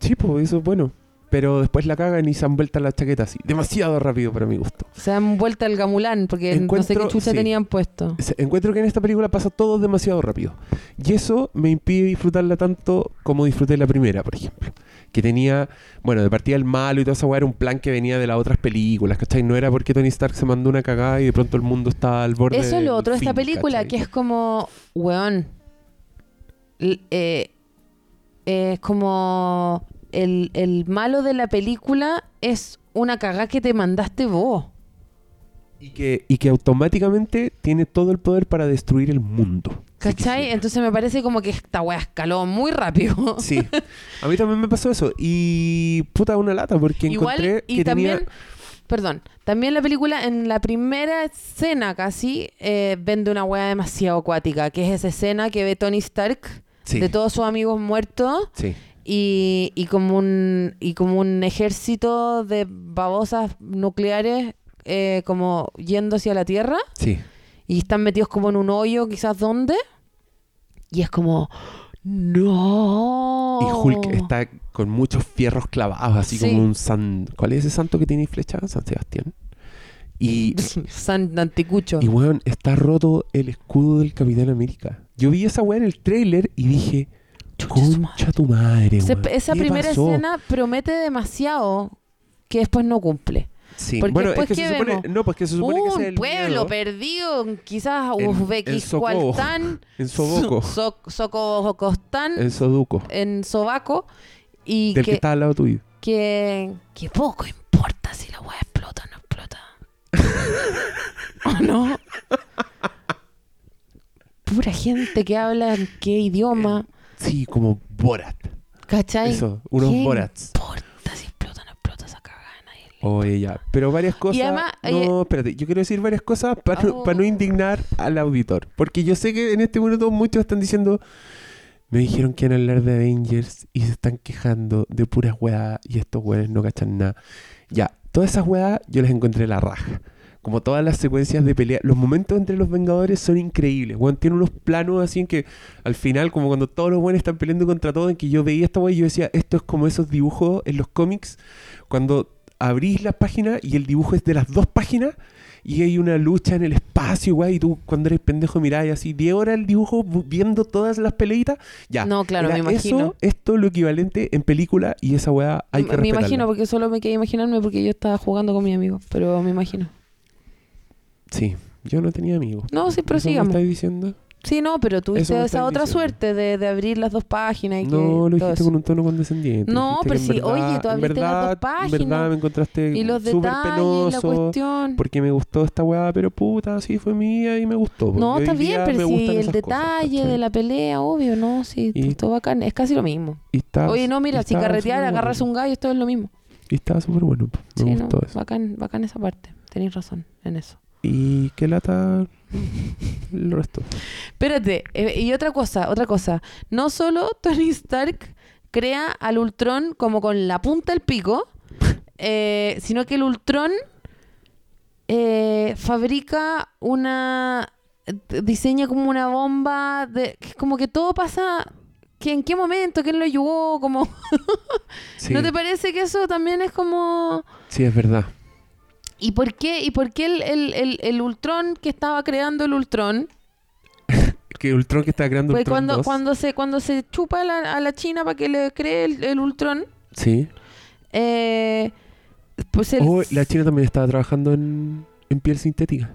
S3: Sí, pues eso es bueno. Pero después la cagan y se han vuelto las chaquetas así. Demasiado rápido para mi gusto.
S4: Se dan vuelta el gamulán porque no sé qué
S3: Encuentro-
S4: chucha
S3: sí.
S4: tenían puesto.
S3: Se- Encuentro que en esta película pasa todo demasiado rápido. Y eso me impide disfrutarla tanto como disfruté la primera, por ejemplo. Que tenía, bueno, de partida el malo y toda esa weá era un plan que venía de las otras películas, ¿cachai? No era porque Tony Stark se mandó una cagada y de pronto el mundo está al borde
S4: Eso es lo
S3: del
S4: otro de esta
S3: fin,
S4: película,
S3: ¿cachai?
S4: que es como, weón, l- eh, eh, es como el, el malo de la película es una cagá que te mandaste vos.
S3: Y que, y que automáticamente tiene todo el poder para destruir el mundo. Si
S4: ¿Cachai?
S3: quisiera.
S4: Entonces me parece como que esta weá escaló muy rápido.
S3: Sí, a mí también me pasó eso. Y puta, una lata, porque encontré
S4: y
S3: que
S4: también,
S3: tenía...
S4: Perdón, también la película en la primera escena casi eh, vende una hueá demasiado acuática, que es esa escena que ve Tony Stark
S3: Sí.
S4: de todos sus amigos muertos
S3: Sí.
S4: y, y como un y como un ejército de babosas nucleares eh, como yendo hacia la Tierra
S3: Sí.
S4: y están metidos como en un hoyo quizás donde y es como no
S3: Y Hulk está con muchos fierros clavados, así
S4: Oh. Sí.
S3: como un san... ¿Cuál es ese santo que tiene flechada? San Sebastián. Y,
S4: San Anticucho.
S3: y weón, está roto el escudo del Capitán América. Yo vi esa weá en el tráiler y dije,
S4: Chucha su madre.
S3: concha tu madre,
S4: Se-
S3: weón,
S4: esa
S3: ¿qué
S4: primera
S3: pasó?".
S4: escena promete demasiado que después no cumple.
S3: Sí.
S4: porque
S3: Bueno,
S4: después
S3: es que se
S4: ¿qué
S3: supone...
S4: vemos?
S3: No, pues que se supone que ese es
S4: Uh, Un
S3: el
S4: pueblo
S3: miedo.
S4: perdido, quizás
S3: En- en
S4: Uzbekistán,
S3: En Soboco.
S4: So- Socojostán,
S3: En Soduco.
S4: en Sobaco, y
S3: Del que
S4: que,
S3: está al lado tuyo.
S4: que, que poco importa si la weá explota o no explota. ¿O no? Pura gente que habla en qué idioma,
S3: Sí, como Borat.
S4: ¿cachai?
S3: Eso, unos
S4: ¿Qué
S3: Borats.
S4: importa si explota o no explota esa cagada de nadie?
S3: Oye, ya. Pero varias cosas.
S4: además,
S3: no, espérate. Yo quiero decir varias cosas para, no,
S4: Oh.
S3: para no indignar al auditor. Porque yo sé que en este minuto muchos están diciendo. Me dijeron que iban a hablar de Avengers y se están quejando de puras weas y estos weones no cachan nada. Ya, todas esas weas yo les encontré la raja. Como todas las secuencias de pelea, los momentos entre los Vengadores son increíbles. Weón, tiene unos planos así en que al final, como cuando todos los buenos están peleando contra todos, en que yo veía esta wea y yo decía, esto es como esos dibujos en los cómics, cuando abrís la página y el dibujo es de las dos páginas y hay una lucha en el espacio, weá, y tú cuando eres pendejo mirás y así 10 horas el dibujo bu- viendo todas las peleitas. Ya.
S4: No, claro,
S3: Era
S4: me imagino.
S3: Eso, esto es lo equivalente en película y esa weá hay que
S4: me
S3: respetarla.
S4: imagino, porque solo me quedé imaginarme porque yo estaba jugando con mi amigo, pero me imagino.
S3: Sí, yo no tenía amigos.
S4: No, sí, pero
S3: ¿Eso me
S4: sigamos.
S3: estáis diciendo?
S4: Sí, no, pero
S3: Eso me
S4: tuviste esa
S3: estáis
S4: otra
S3: diciendo.
S4: suerte de, de abrir las dos páginas y que
S3: No, lo
S4: todo
S3: dijiste
S4: eso.
S3: con un tono condescendiente.
S4: No,
S3: Dijiste
S4: pero
S3: que en
S4: sí, oye, tú
S3: en
S4: abriste las dos
S3: verdad-
S4: páginas.
S3: En verdad me encontraste
S4: Y los
S3: súper
S4: detalles, la
S3: penoso.
S4: cuestión.
S3: Porque me gustó esta weá, pero puta, sí, fue mía y me gustó.
S4: No,
S3: porque
S4: está
S3: hoy
S4: bien,
S3: día me
S4: pero sí,
S3: gustan
S4: el
S3: esas cosas,
S4: detalle
S3: ¿cachai?
S4: de la pelea, obvio, ¿no? Sí,
S3: Y-
S4: todo bacán, es casi lo mismo.
S3: Y está-
S4: Oye, no,
S3: y
S4: mira, si
S3: está
S4: carretear,
S3: súper
S4: agarrarse
S3: bueno.
S4: un gallo, todo es lo mismo.
S3: Y estaba súper bueno, po. me
S4: sí,
S3: gustó
S4: no,
S3: eso.
S4: bacán, bacán esa parte, tenéis razón en eso.
S3: Y qué lata el resto.
S4: Espérate, eh, y otra cosa, otra cosa. No solo Tony Stark crea al Ultron como con la punta del pico, eh, sino que el Ultron eh, fabrica una. d- diseña como una bomba. De, que es como que todo pasa. Que ¿En qué momento? ¿Quién lo ayudó? Como,
S3: Sí,
S4: ¿No te parece que eso también es como.?
S3: sí, es verdad.
S4: ¿Y por qué, y por qué el, el, el, el Ultron que estaba creando el Ultron?
S3: Que Ultron que está creando
S4: Pues
S3: Ultron
S4: cuando,
S3: 2.
S4: cuando, se, cuando se chupa a la, a la China para que le cree el, el Ultron,
S3: Sí.
S4: eh, pues él...
S3: Oh, la China también estaba trabajando en, en piel sintética.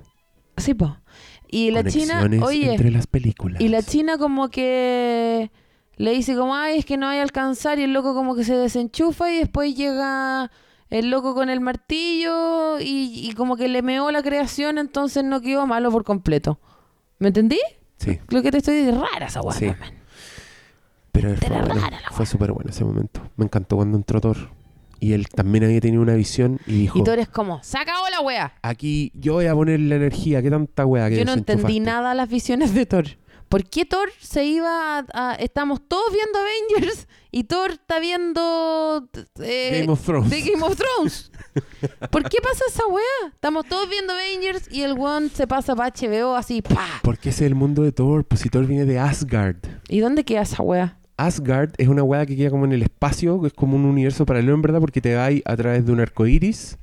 S4: Sí, po. Y la China,
S3: Conexiones
S4: oye,
S3: entre las películas.
S4: y la China como que le dice como, ay, es que no hay alcanzar, y el loco como que se desenchufa y después llega el loco con el martillo y, y como que le meó la creación, entonces no quedó malo por completo. ¿Me entendí?
S3: Sí,
S4: Lo que te estoy diciendo, rara esa weá.
S3: Sí.
S4: man.
S3: pero fue,
S4: Era
S3: bueno,
S4: rara la
S3: fue súper bueno ese momento. Me encantó cuando entró Thor. Y él también había tenido una visión y dijo...
S4: Y tú eres como, se acabó la wea.
S3: Aquí yo voy a poner la energía, qué tanta wea que
S4: Yo no entendí
S3: desenchufaste".
S4: nada las visiones de Thor. ¿Por qué Thor se iba a, a- Estamos todos viendo Avengers y Thor está viendo... eh,
S3: Game of Thrones.
S4: de Game of Thrones. ¿Por qué pasa esa weá? Estamos todos viendo Avengers y el one se pasa para HBO así, pa.
S3: Porque ese es el mundo de Thor, pues si Thor viene de Asgard.
S4: ¿Y dónde queda esa weá?
S3: Asgard es una weá que queda como en el espacio, que es como un universo paralelo en verdad, porque te va ahí a través de un arco iris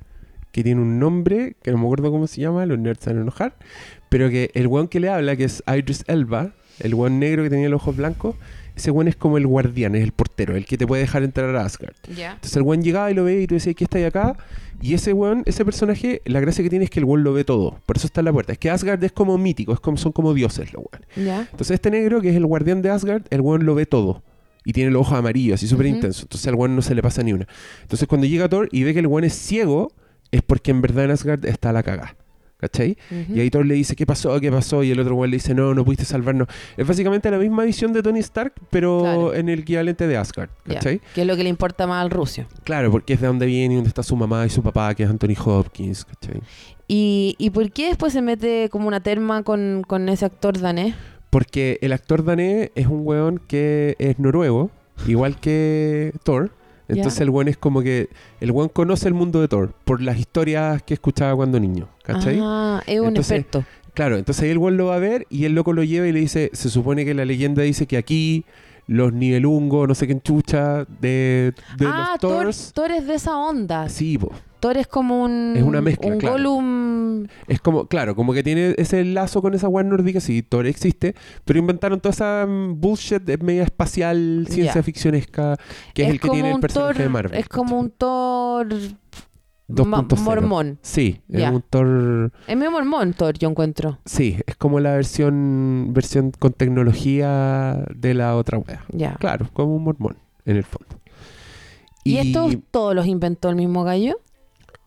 S3: que tiene un nombre, que no me acuerdo cómo se llama, los nerds se van a enojar, pero que el weón que le habla, que es Idris Elba, el weón negro que tenía los ojos blancos, ese weón es como el guardián, es el portero, el que te puede dejar entrar a Asgard.
S4: Ya.
S3: Entonces el weón llegaba y lo veía y tú decías, ¿qué está ahí acá? Y ese weón, ese personaje, la gracia que tiene es que el weón lo ve todo. Por eso está en la puerta. Es que Asgard es como mítico, es como, son como dioses los weones.
S4: Ya.
S3: Entonces este negro, que es el guardián de Asgard, el weón lo ve todo. Y tiene los ojos amarillos, así súper
S4: Ujú.
S3: intenso. Entonces al weón no se le pasa ni una. Entonces cuando llega Thor y ve que el weón es ciego, es porque en verdad en Asgard está la cagada. ¿Cachai?
S4: Ujú.
S3: Y ahí Thor le dice, ¿qué pasó? ¿Qué pasó? Y el otro weón le dice, no, no pudiste salvarnos. Es básicamente la misma visión de Tony Stark, pero
S4: Claro.
S3: en el equivalente de Asgard.
S4: Ya.
S3: ¿Cachai?
S4: ¿Qué es lo que le importa más al ruso?
S3: Claro, porque es de donde viene y donde está su mamá y su papá, que es Anthony Hopkins, ¿cachai?
S4: ¿Y, ¿Y por qué después se mete como una terma con, con ese actor danés?
S3: Porque el actor danés es un weón que es noruego, igual que Thor. Entonces
S4: Ya.
S3: el weón es como que... El weón conoce el mundo de Thor por las historias que escuchaba cuando niño, ¿cachai?
S4: Ah, es un
S3: Entonces,
S4: experto.
S3: Claro, entonces ahí el weón lo va a ver y el loco lo lleva y le dice... Se supone que la leyenda dice que aquí los nivelungos, no sé qué enchucha, de, de
S4: ah,
S3: los
S4: Thor,
S3: Thors...
S4: Thor es de esa onda.
S3: Sí, po.
S4: Thor es como un.
S3: Es una mezcla,
S4: Un
S3: claro.
S4: Gollum.
S3: Es como, claro, como que tiene ese lazo con esa weá nórdica, sí, Thor existe, pero inventaron toda esa mm, bullshit de media espacial, ciencia
S4: Ya.
S3: ficcionesca, que es, el que
S4: como
S3: tiene el
S4: un
S3: personaje
S4: Thor-
S3: de Marvel.
S4: Es como un Thor.
S3: ¿cachai?
S4: ma-
S3: 2.0.
S4: mormón.
S3: Sí,
S4: Ya.
S3: es un Thor...
S4: Es medio mormón, Thor, yo encuentro.
S3: Sí, es como la versión, versión con tecnología de la otra weá.
S4: Ya.
S3: Claro, como un mormón, en el fondo.
S4: ¿Y, estos todos los inventó el mismo gallo?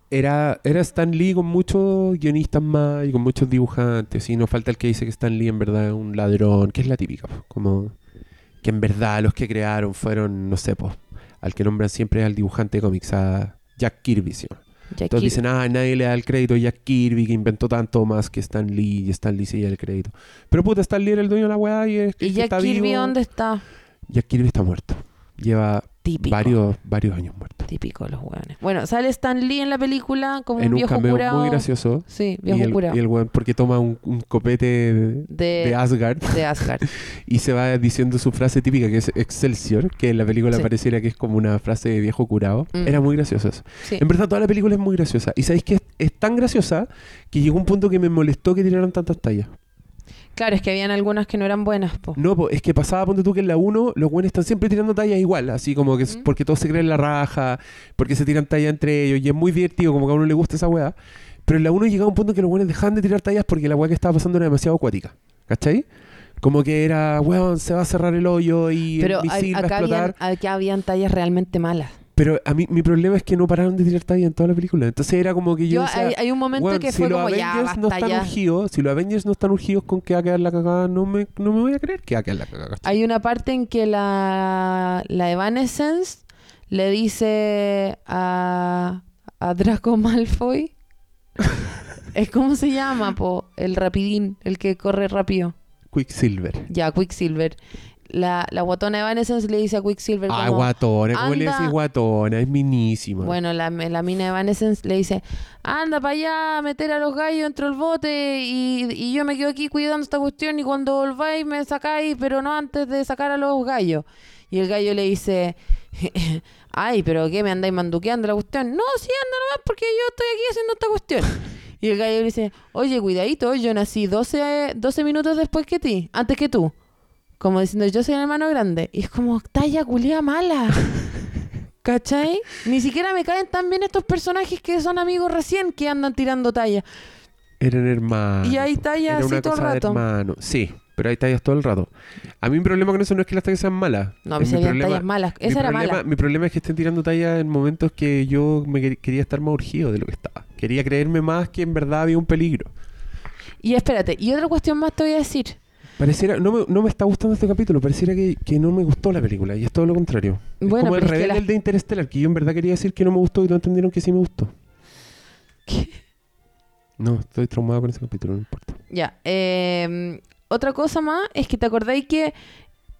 S3: era, era Stan Lee con muchos guionistas más y con muchos dibujantes. Y no falta el que dice que Stan Lee en verdad es un ladrón, que es la típica, po, como que en verdad los que crearon fueron, no sé, po, al que nombran siempre es al dibujante de cómics, a Jack Kirby. ¿sí?
S4: Ya
S3: Todos
S4: aquí-
S3: dicen, ah, nadie le da el crédito a Jack Kirby, que inventó tanto más que Stan Lee, y Stan Lee se lleva el crédito. Pero puta, Stan Lee era el dueño de la weá y es
S4: ¿Y
S3: el que
S4: Jack
S3: "Este está
S4: Kirby
S3: vivo.
S4: dónde está?
S3: Jack Kirby está muerto. Lleva
S4: Típico.
S3: varios, varios años muerto.
S4: Típico los hueones. Bueno, sale Stan Lee en la película como
S3: En
S4: un
S3: un
S4: viejo
S3: cameo
S4: curado.
S3: muy gracioso.
S4: Sí,
S3: Y
S4: viejo
S3: el,
S4: curado.
S3: y el weón porque toma un, un copete de, de
S4: de,
S3: Asgard
S4: de Asgard.
S3: y se va diciendo su frase típica que es Excelsior, que en la película
S4: Sí.
S3: pareciera que es como una frase de viejo curado.
S4: Mm.
S3: Era muy gracioso eso.
S4: Sí.
S3: En verdad toda la película es muy graciosa. Y sabéis que es, es tan graciosa que llegó un punto que me molestó que tiraron tantas tallas.
S4: Claro, es que habían algunas que no eran buenas, po.
S3: No, po, es que pasaba, ponte tú que en la 1 los buenos están siempre tirando tallas igual, así como que es
S4: Mm.
S3: porque todos se creen la raja, porque se tiran tallas entre ellos y es muy divertido, como que a uno le gusta esa weá. Pero en la 1 llegaba un punto en que los buenos dejaban de tirar tallas porque la weá que estaba pasando era demasiado acuática, ¿cachai? Como que era, weón, se va a cerrar el hoyo y
S4: Pero
S3: el
S4: a-
S3: misil va a
S4: acá
S3: explotar.
S4: habían, acá habían tallas realmente malas.
S3: Pero a mí, mi problema es que no pararon de tirar tallas en toda la película. Entonces era como que yo,
S4: Yo,
S3: decía,
S4: hay, hay un momento
S3: "Weón,
S4: que
S3: si
S4: fue
S3: los
S4: como
S3: Avengers
S4: ya, basta
S3: no están
S4: ya.
S3: urgidos, si los Avengers no están urgidos con que va a quedar la cagada, no me, no me voy a creer que va a quedar la cagada. ¿cachai?
S4: Hay una parte en que la, la Evanescence le dice a, a Draco Malfoy. es ¿Cómo se llama, po? El rapidín, el que corre rápido.
S3: Quicksilver.
S4: Ya, Quicksilver. la, la guatona Evanescence le dice a Quicksilver
S3: Ah,
S4: como,
S3: guatona. ¿Cómo le
S4: anda-
S3: decís guatona? Es minísima.
S4: Bueno, la, la mina de Evanescence le dice, anda para allá a meter a los gallos dentro del bote y, y yo me quedo aquí cuidando esta cuestión y cuando volváis me sacáis, pero no antes de sacar a los gallos. Y el gallo le dice, ay, pero ¿qué me andáis manduqueando la cuestión? No, sí, anda nomás porque yo estoy aquí haciendo esta cuestión. Y el gallo le dice, oye, cuidadito, yo nací 12, 12 minutos después que ti, antes que tú. Como diciendo, yo soy el hermano grande. Y es como, talla culia mala. ¿Cachai? Ni siquiera me caen tan bien estos personajes que son amigos recién que andan tirando talla.
S3: Eran hermanos.
S4: Y hay tallas
S3: Era
S4: así
S3: una
S4: todo el
S3: cosa de
S4: rato.
S3: hermano. Sí, pero hay tallas todo el rato. A mí mi problema con eso no es que las tallas sean malas.
S4: No, pues
S3: Es
S4: me
S3: mi
S4: salían
S3: problema-
S4: tallas malas.
S3: mi
S4: Esa era
S3: problema-
S4: mala.
S3: Mi problema es que estén tirando tallas en momentos que yo me quer- quería estar más urgido de lo que estaba. Quería creerme más que en verdad había un peligro.
S4: Y espérate, y otra cuestión más te voy a decir.
S3: Pareciera, no me, no me está gustando este capítulo, pareciera que, que no me gustó la película y es todo lo contrario.
S4: Bueno,
S3: es como el
S4: pero es que
S3: rebelde
S4: las-
S3: el de Interstellar, que yo en verdad quería decir que no me gustó y no entendieron que sí me gustó.
S4: ¿Qué?
S3: No, estoy traumado con ese capítulo, no importa.
S4: Ya. eh, otra cosa más es que te acordáis que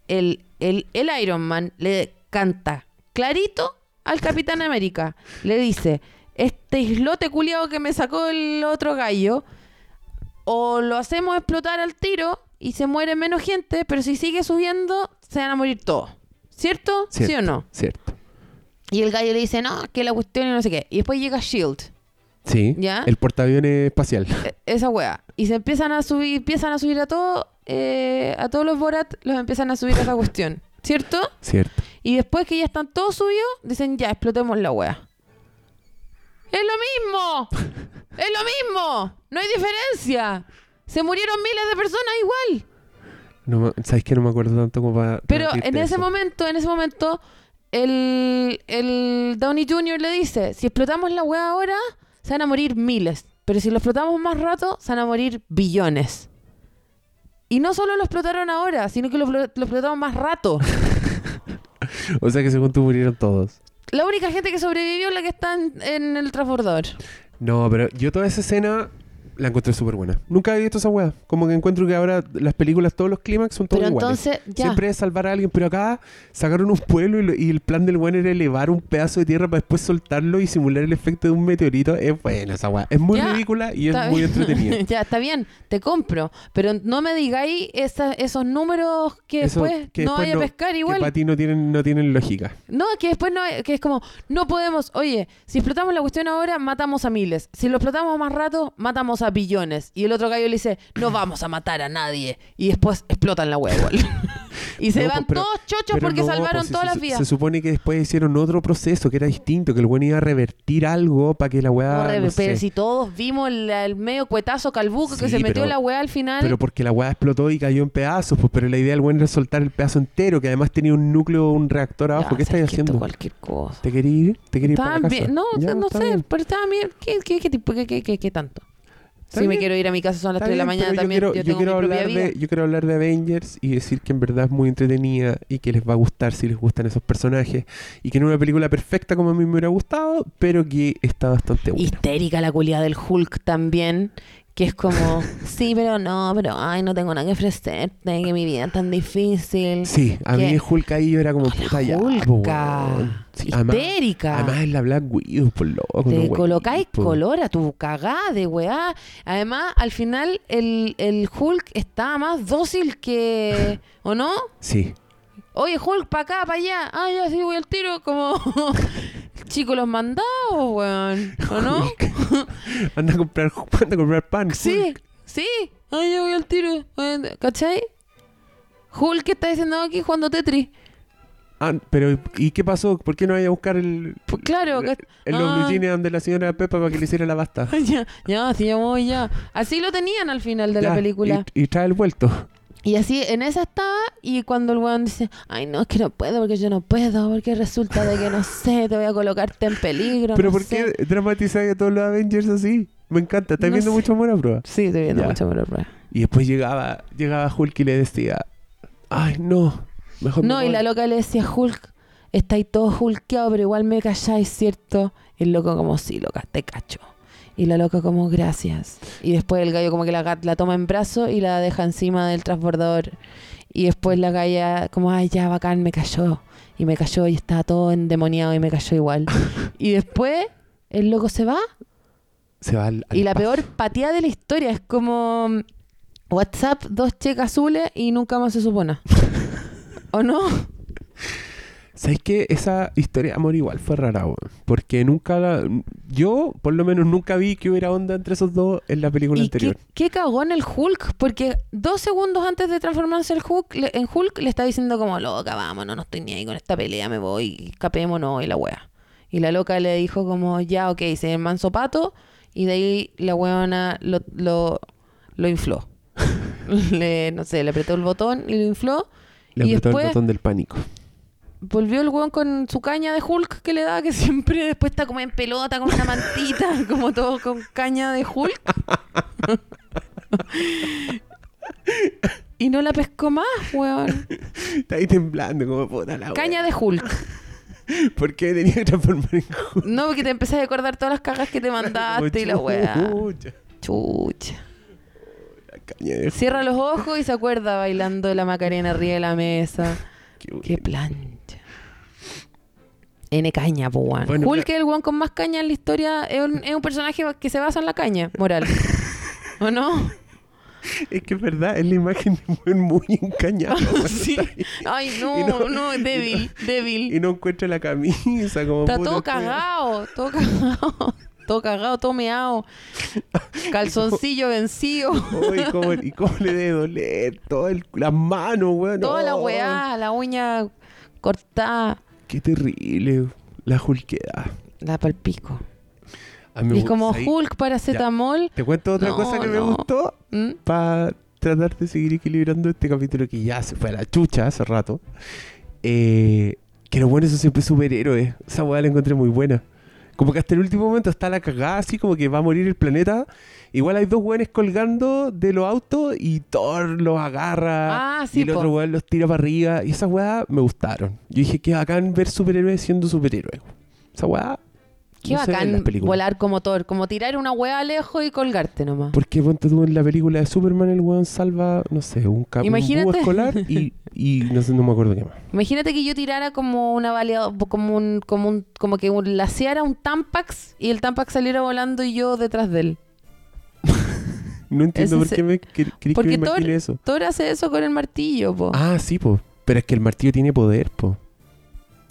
S4: el, el, el Iron Man le canta clarito al Capitán América. Le dice, este islote culiado que me sacó el otro gallo, o lo hacemos explotar al tiro y se muere menos gente, pero si sigue subiendo, se van a morir todos. ¿Cierto? ¿Sí o
S3: Cierto,
S4: no?
S3: Cierto.
S4: Y el gallo le dice, no, que la cuestión y no sé qué. Y después llega Shield.
S3: Sí,
S4: ¿Ya?
S3: el portaaviones espacial.
S4: E- esa wea. Y se empiezan a subir, empiezan a subir a todo, eh, a todos los Borat los empiezan a subir a esa cuestión, ¿cierto?
S3: Cierto.
S4: Y después que ya están todos subidos, dicen ya, explotemos la wea. ¡Es lo mismo! ¡Es lo mismo! ¡No hay diferencia! Se murieron miles de personas igual.
S3: No, me- ¿Sabes que no me acuerdo tanto como para...
S4: Pero
S3: repetirte
S4: en ese
S3: eso.
S4: momento, en ese momento, el, el Downey Jr. le dice, si explotamos la wea ahora, se van a morir miles. Pero si lo explotamos más rato, se van a morir billones. Y no solo lo explotaron ahora, sino que lo, flo- lo explotaron más rato.
S3: O sea que según tú murieron todos.
S4: La única gente que sobrevivió es la que está en, en el transbordador.
S3: No, pero yo toda esa escena la encontré súper buena. Nunca había visto esa weá. Como que encuentro que ahora las películas, todos los clímax son todos
S4: Pero
S3: iguales.
S4: entonces, ya.
S3: Siempre es salvar a alguien, pero acá sacaron un pueblo y, lo- y el plan del weón era elevar un pedazo de tierra para después soltarlo y simular el efecto de un meteorito. Es buena esa weá. Es muy
S4: Ya,
S3: ridícula y es
S4: Está
S3: muy
S4: bien.
S3: entretenida.
S4: ya, está bien, te compro. Pero no me digáis esa- esos números que
S3: Eso
S4: después
S3: que
S4: no
S3: después
S4: vaya a pescar igual.
S3: Que para ti no tienen, no tienen lógica.
S4: No, que después no, que es como, no podemos, oye, si explotamos la cuestión ahora, matamos a miles. Si lo explotamos más rato, matamos a billones. Y el otro gallo le dice, no vamos a matar a nadie. Y después explotan la hueá igual. y se
S3: No,
S4: van
S3: pues, pero-
S4: todos chochos
S3: Pero
S4: porque
S3: no,
S4: salvaron
S3: pues, se-
S4: todas
S3: se-
S4: las vidas.
S3: Se supone que después hicieron otro proceso que era distinto, que el weón iba a revertir algo para que la weá.
S4: Corre,
S3: no
S4: pero
S3: sé.
S4: si todos vimos la- el medio cuetazo calbuco que
S3: Sí,
S4: se metió
S3: pero-
S4: la hueá al final.
S3: Pero porque la weá explotó y cayó en pedazos, pues, pero la idea del buen era soltar el pedazo entero, que además tenía un núcleo, un reactor
S4: Ya,
S3: abajo. ¿Qué estáis
S4: sabes que esto
S3: haciendo?
S4: Cualquier cosa.
S3: ¿Te querí ir? ¿Te querí ir para
S4: Estaban
S3: la casa?
S4: bien- No,
S3: Ya,
S4: no
S3: está
S4: sé,
S3: bien.
S4: pero estaban bien. ¿Qué, qué, qué tipo- qué- qué- qué- qué tanto?
S3: Está
S4: si me
S3: bien,
S4: quiero ir a mi casa son las
S3: está
S4: 3 de la
S3: bien,
S4: mañana
S3: pero
S4: también. Yo,
S3: Yo quiero, yo
S4: tengo
S3: quiero
S4: mi propia
S3: hablar
S4: vida.
S3: de, yo quiero hablar de Avengers y decir que en verdad es muy entretenida y que les va a gustar si les gustan esos personajes. Y que no es una película perfecta como a mí me hubiera gustado, pero que está bastante buena.
S4: histérica la culiada del Hulk también, que es como, sí, pero no, pero ay, no tengo nada que ofrecerte, que mi vida es tan difícil.
S3: Sí, a mí
S4: que-
S3: Hulk ahí yo era como puta ya. po,
S4: Hulka.
S3: weón. Sí, además,
S4: histérica.
S3: además es la Black Widow, por loco. no,
S4: Te
S3: weón,
S4: colocáis
S3: po.
S4: color a tu cagada de weá. Además, al final el, el Hulk está más dócil que. ¿O no?
S3: Sí.
S4: Oye, Hulk, para acá, para allá. Ah, ya sí, voy al tiro. Como. Chico, los mandados, weón. ¿O no?
S3: Anda a comprar, anda a comprar pan.
S4: Sí, sí. Ay, yo voy al tiro. Bueno, ¿Cachai? Hulk ¿qué está diciendo aquí jugando Tetris.
S3: Ah, pero ¿y qué pasó? ¿Por qué no vaya a buscar el,
S4: Pues claro.
S3: el,
S4: ca-
S3: los
S4: Ah.
S3: blue jeans donde la señora Pepa para que le hiciera la basta?
S4: ya, ya, sí, ya voy, ya. Así lo tenían al final de
S3: Ya,
S4: la película.
S3: Y, y trae el vuelto.
S4: Y así en esa estaba y cuando el weón dice, ay no, es que no puedo porque yo no puedo, porque resulta de que no sé, te voy a colocarte en peligro.
S3: ¿Pero
S4: no
S3: por
S4: sé".
S3: qué dramatizáis a todos los Avengers así? Me encanta. ¿Estás
S4: No
S3: viendo
S4: sé.
S3: mucho amor a prueba?
S4: Sí, estoy viendo
S3: Ya.
S4: mucho por la prueba.
S3: Y después llegaba, llegaba Hulk y le decía, ay, no. Mejor me
S4: No, y
S3: voy".
S4: la loca le decía, Hulk, estáis todos hulkeados, pero igual me calláis, ¿cierto? Y el loco como, sí, loca, te cacho. Y la loca como, gracias. Y después el gallo como que la, gat- la toma en brazo y la deja encima del transbordador. Y después la galla, como, ay, ya, bacán, me cayó. Y me cayó y estaba todo endemoniado y me cayó igual. y después el loco se va
S3: Se va al, al
S4: y la
S3: paso.
S4: peor patía de la historia es como mm, WhatsApp, dos cheques azules y nunca más se supone. ¿O no?
S3: ¿Sabes qué? Esa historia de amor igual fue rara, weón. Porque nunca la- Yo, por lo menos, nunca vi que hubiera onda entre esos dos en la película
S4: ¿Y qué,
S3: anterior.
S4: qué cagó en el Hulk? Porque dos segundos antes de transformarse el Hulk, le- en Hulk le está diciendo como, loca, vámonos, no estoy ni ahí con esta pelea, me voy, escapémonos y la wea. Y la loca le dijo como, ya, ok, se el manso pato y de ahí la weona lo, lo, lo infló. le, no sé, le apretó el botón y lo infló.
S3: Le
S4: y
S3: apretó el
S4: después-
S3: botón del pánico.
S4: Volvió el weón con su caña de Hulk que le da, que siempre después está como en pelota, con una mantita, como todo con caña de Hulk. y no la pescó más, weón.
S3: Está ahí temblando como puta la wea.
S4: Caña de Hulk.
S3: ¿Por qué tenía que transformar en Hulk?
S4: No, porque te empezás a recordar todas las cagas que te mandaste y la weá.
S3: Chucha,
S4: Chucha.
S3: la caña de
S4: Cierra los ojos y se acuerda bailando la Macarena arriba de la mesa.
S3: Hulk.
S4: Qué plancha. N caña, po, weón.
S3: Bueno,
S4: Hulk
S3: pero-
S4: es el weón con más caña en la historia. Es un, es un personaje que se basa en la caña, moral. ¿O no?
S3: Es que es verdad, es la imagen de un weón muy encañado. weón,
S4: sí.
S3: está ahí.
S4: Ay,
S3: Y
S4: no,
S3: no-
S4: no,
S3: y no-
S4: débil, débil.
S3: Y no encuentra la camisa como
S4: Está
S3: puta,
S4: todo
S3: estoy-
S4: cagado, todo cagado. Todo cagado, todo meado. Calzoncillo vencido.
S3: Ay, cómo- y cómo le debe doler todo el- las manos, weón.
S4: Toda la
S3: no.
S4: weá, la uña cortada.
S3: Qué terrible la julquedad.
S4: La palpico.
S3: A mí me
S4: Y es
S3: gu-
S4: como
S3: ahí-
S4: Hulk, paracetamol.
S3: Te cuento otra
S4: No,
S3: cosa que me
S4: no.
S3: gustó
S4: ¿Mm?
S3: para tratar de seguir equilibrando este capítulo que ya se fue a la chucha hace rato. Eh, que los buenos son siempre superhéroes. Esa weá la encontré muy buena. Como que hasta el último momento está la cagada, así como que va a morir el planeta. Igual hay dos weones colgando de los autos y Thor los agarra.
S4: Ah, sí,
S3: y el
S4: po.
S3: otro weón los tira para arriba. Y esas weas me gustaron. Yo dije que bacán ver superhéroes siendo superhéroes. Esa weá.
S4: Qué
S3: no se ve en las
S4: bacán
S3: películas.
S4: volar como Thor, como tirar una hueá lejos y colgarte nomás.
S3: Porque ponte tú en la película de Superman, el weón salva, no sé, un, ca- un
S4: Imagínate.
S3: búho escolar y, y no sé, no me acuerdo qué más.
S4: Imagínate que yo tirara como una baleada, como un, como un, como que un, laceara un Tampax y el Tampax saliera volando y yo detrás de él.
S3: No entiendo
S4: Ese
S3: por
S4: se-
S3: qué me quer- querís que me
S4: Porque Thor,
S3: imagine eso.
S4: Thor hace eso con el martillo, po.
S3: Ah, sí, po. Pero es que el martillo tiene poder, po.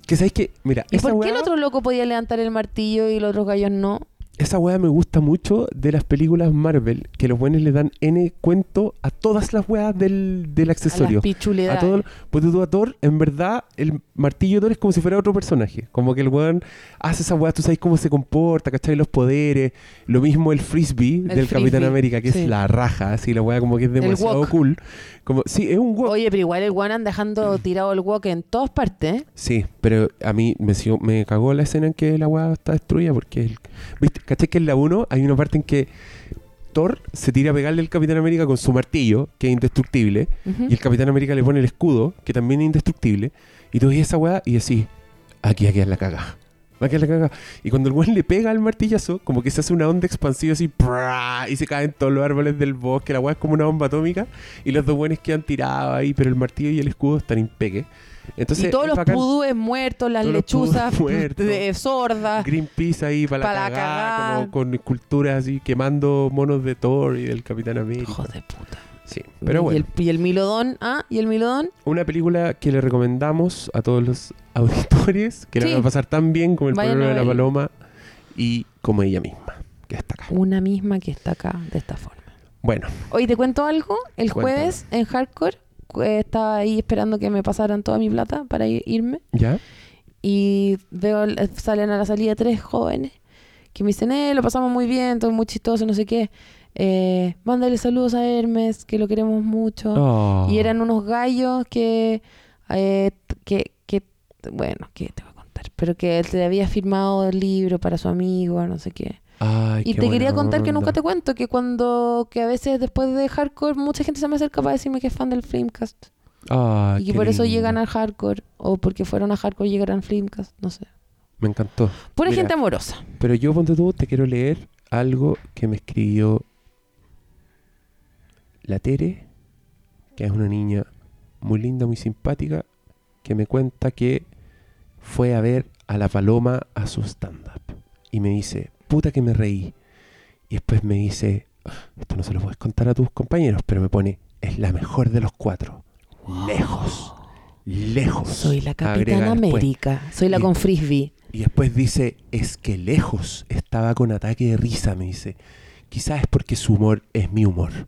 S3: Que sabes que, mira,
S4: ¿Y
S3: esa
S4: por qué
S3: weá,
S4: el otro loco podía levantar el martillo y los otros gallos no?
S3: esa weá me gusta mucho de las películas Marvel, que los buenos le dan N cuento a todas las weas del, del
S4: A las
S3: accesorio.
S4: pichulidades.
S3: A todo, ponte tú a Thor, en verdad, el martillo de Thor es como si fuera otro personaje. Como que el weón hace esa weá, tú sabes cómo se comporta, ¿cachai? Los poderes. Lo mismo el frisbee del
S4: frisbee,
S3: Capitán América, que
S4: sí.
S3: es la raja, así la weá como que es demasiado
S4: wok.
S3: cool. Como, sí, es un wok.
S4: Oye, pero igual el Juan anda
S3: Mm.
S4: dejando tirado el walk en todas partes. ¿eh?
S3: Sí, pero a mí me, sigo- me cagó la escena en que la weá está destruida porque... El, ¿Viste? ¿Cachai que en la 1 hay una parte en que Thor se tira a pegarle al Capitán América con su martillo, que es indestructible,
S4: Ujú.
S3: y el Capitán América le pone el escudo, que también es indestructible, y tú ves esa weá y decís, aquí va a quedar la caga. Va a quedar la caga. Y cuando el weón le pega al martillazo, como que se hace una onda expansiva así, ¡prrrá! y se caen todos los árboles del bosque, la weá es como una bomba atómica, y los dos buenos quedan tirados ahí, pero el martillo y el escudo están impeque. Entonces,
S4: y todos
S3: es
S4: los
S3: bacán.
S4: pudúes muertos, las
S3: Todos los
S4: lechuzas
S3: pudúes muertos.
S4: de- sordas.
S3: Greenpeace ahí para la,
S4: Pa' la
S3: cagada,
S4: cagada.
S3: como con esculturas así, quemando monos de Thor y del Capitán América.
S4: Hijo de puta.
S3: Sí, pero bueno.
S4: Y el, y el Milodón, ¿ah? ¿Y el Milodón?
S3: Una película que le recomendamos a todos los auditores que la
S4: Sí.
S3: van a pasar tan bien como El
S4: Vayan
S3: Pueblo
S4: a
S3: de la
S4: verla.
S3: Paloma y como ella misma, que está acá.
S4: Una misma que está acá, de esta forma.
S3: Bueno,
S4: Hoy te cuento algo. El
S3: Cuéntame.
S4: jueves en Hardcore eh, estaba ahí esperando que me pasaran toda mi plata para ir- irme.
S3: ¿ya?
S4: Y veo, eh, salen a la salida tres jóvenes que me dicen, eh, lo pasamos muy bien, todo muy chistoso, no sé qué. Eh, mándale saludos a Hermes, que lo queremos mucho.
S3: Oh.
S4: Y eran unos gallos que, eh, t- que, que, bueno, que te voy a contar, pero que él te había firmado el libro para su amigo, no sé qué.
S3: Ay,
S4: Y
S3: qué
S4: te quería
S3: buena
S4: contar que nunca
S3: onda.
S4: te cuento, que cuando, que a veces después de hardcore, mucha gente se me acerca para decirme que es fan del Flamecast.
S3: Ay,
S4: y que
S3: qué
S4: por eso
S3: lindo.
S4: llegan al hardcore, o porque fueron a hardcore y llegaron al Flamecast, no sé.
S3: Me encantó.
S4: Pura
S3: Mira.
S4: gente amorosa.
S3: Pero yo, ponte tú, te quiero leer algo que me escribió la Tere, que es una niña muy linda, muy simpática, que me cuenta que fue a ver a la paloma a su stand-up. Y me dice, puta que me reí. Y después me dice, "Ah, esto no se lo puedes contar a tus compañeros, pero me pone, es la mejor de los cuatro. Lejos. Lejos.
S4: Soy la
S3: Agrega
S4: Capitana
S3: después.
S4: América. Soy la
S3: pues. Y-
S4: con frisbee.
S3: Y después dice, es que lejos estaba con ataque de risa, me dice. Quizás es porque su humor es mi humor. Y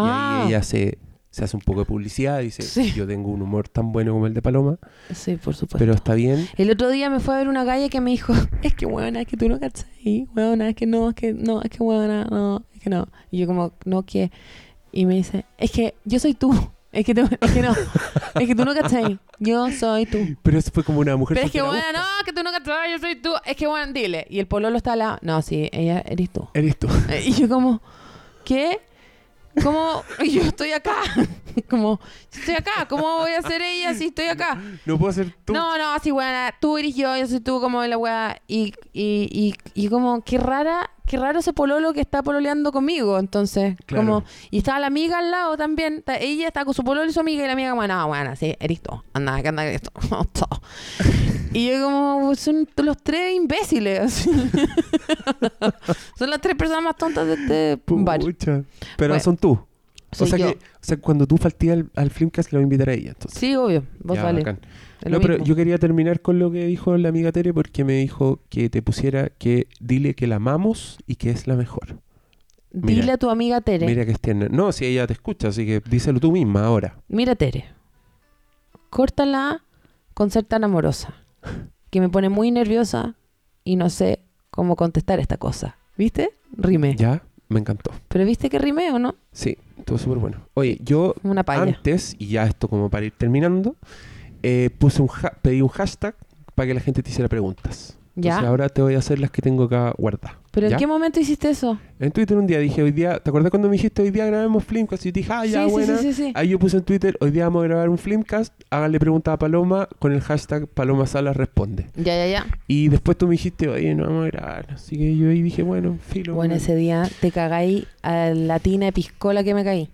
S4: Ah,
S3: ahí ella se, se hace un poco de publicidad, dice,
S4: Sí.
S3: yo tengo un humor tan bueno como el de Paloma,
S4: sí, por supuesto.
S3: pero está bien.
S4: El otro día me fue a ver una calle que me dijo, es que huevona, es que tú no cachas ahí, huevona, es que no, es que no, es que huevona, no, es que no. Y yo como, no, que... Y me dice, es que yo soy tú, es que, tú- es que no, es que tú no cachas ahí, yo soy tú.
S3: Pero eso fue como una mujer...
S4: Pero es que
S3: soltera.
S4: huevona, no, que tú no cachas, yo soy tú, es que huevona, dile. Y el pololo está al lado, no, sí, ella eres tú.
S3: Eres tú.
S4: Eh, Y yo como, ¿qué? ¿Cómo? Y yo estoy acá. Como, si estoy acá. ¿Cómo voy a ser ella si estoy acá?
S3: No puedo ser tú.
S4: No, no, sí, weona. Tú eres yo, yo soy tú, como la weá. Y, y, y, y como, qué rara, qué raro ese pololo que está pololeando conmigo. Entonces,
S3: Claro.
S4: como, y estaba la amiga al lado también. Ta- ella estaba con su pololo y su amiga, y la amiga como, no, weona, sí, eres tú. Anda, que anda que esto. Todo. y yo como, son los tres imbéciles. son las tres personas más tontas de este bar.
S3: Pucha. Pero
S4: Bueno,
S3: son tú. O
S4: Soy
S3: sea,
S4: yo.
S3: que, o sea, cuando tú faltías al, al Filmcast, le voy a invitar a ella. Entonces.
S4: Sí, obvio. Vos
S3: Ya,
S4: vale.
S3: bacán.
S4: Es
S3: No,
S4: lo
S3: pero
S4: mismo.
S3: yo quería terminar con lo que dijo la amiga Tere porque me dijo que te pusiera que dile que la amamos y que es la mejor.
S4: Dile
S3: mira.
S4: a tu amiga Tere.
S3: Mira que es tierna. No, si ella te escucha, así que díselo tú misma ahora.
S4: Mira, Tere. Córtala con ser tan amorosa. Que me pone muy nerviosa y no sé cómo contestar esta cosa. ¿Viste? Rime.
S3: Ya, me encantó.
S4: Pero viste que rime o no?
S3: Sí, estuvo súper bueno. Oye, yo
S4: Una palla.
S3: antes, y ya esto como para ir terminando, eh, puse un ha- pedí un hashtag para que la gente te hiciera preguntas.
S4: Ya.
S3: Entonces ahora te voy a hacer las que tengo acá guardadas.
S4: ¿Pero
S3: ¿Ya?
S4: en qué momento hiciste eso?
S3: En Twitter un día dije, hoy día, ¿te acuerdas cuando me dijiste hoy día grabemos Flimcast? Y te dije, ah, ya,
S4: sí,
S3: buena.
S4: sí, sí, sí, sí.
S3: Ahí yo puse en Twitter, hoy día vamos a grabar un Flimcast, háganle pregunta a Paloma con el hashtag Paloma Salas responde.
S4: Ya, ya, ya. Y
S3: Y después tú me dijiste, oye, no vamos a grabar. Así que yo ahí dije, bueno, filo. bueno.
S4: bueno, ese día te cagáis a la tina de piscola que me caí.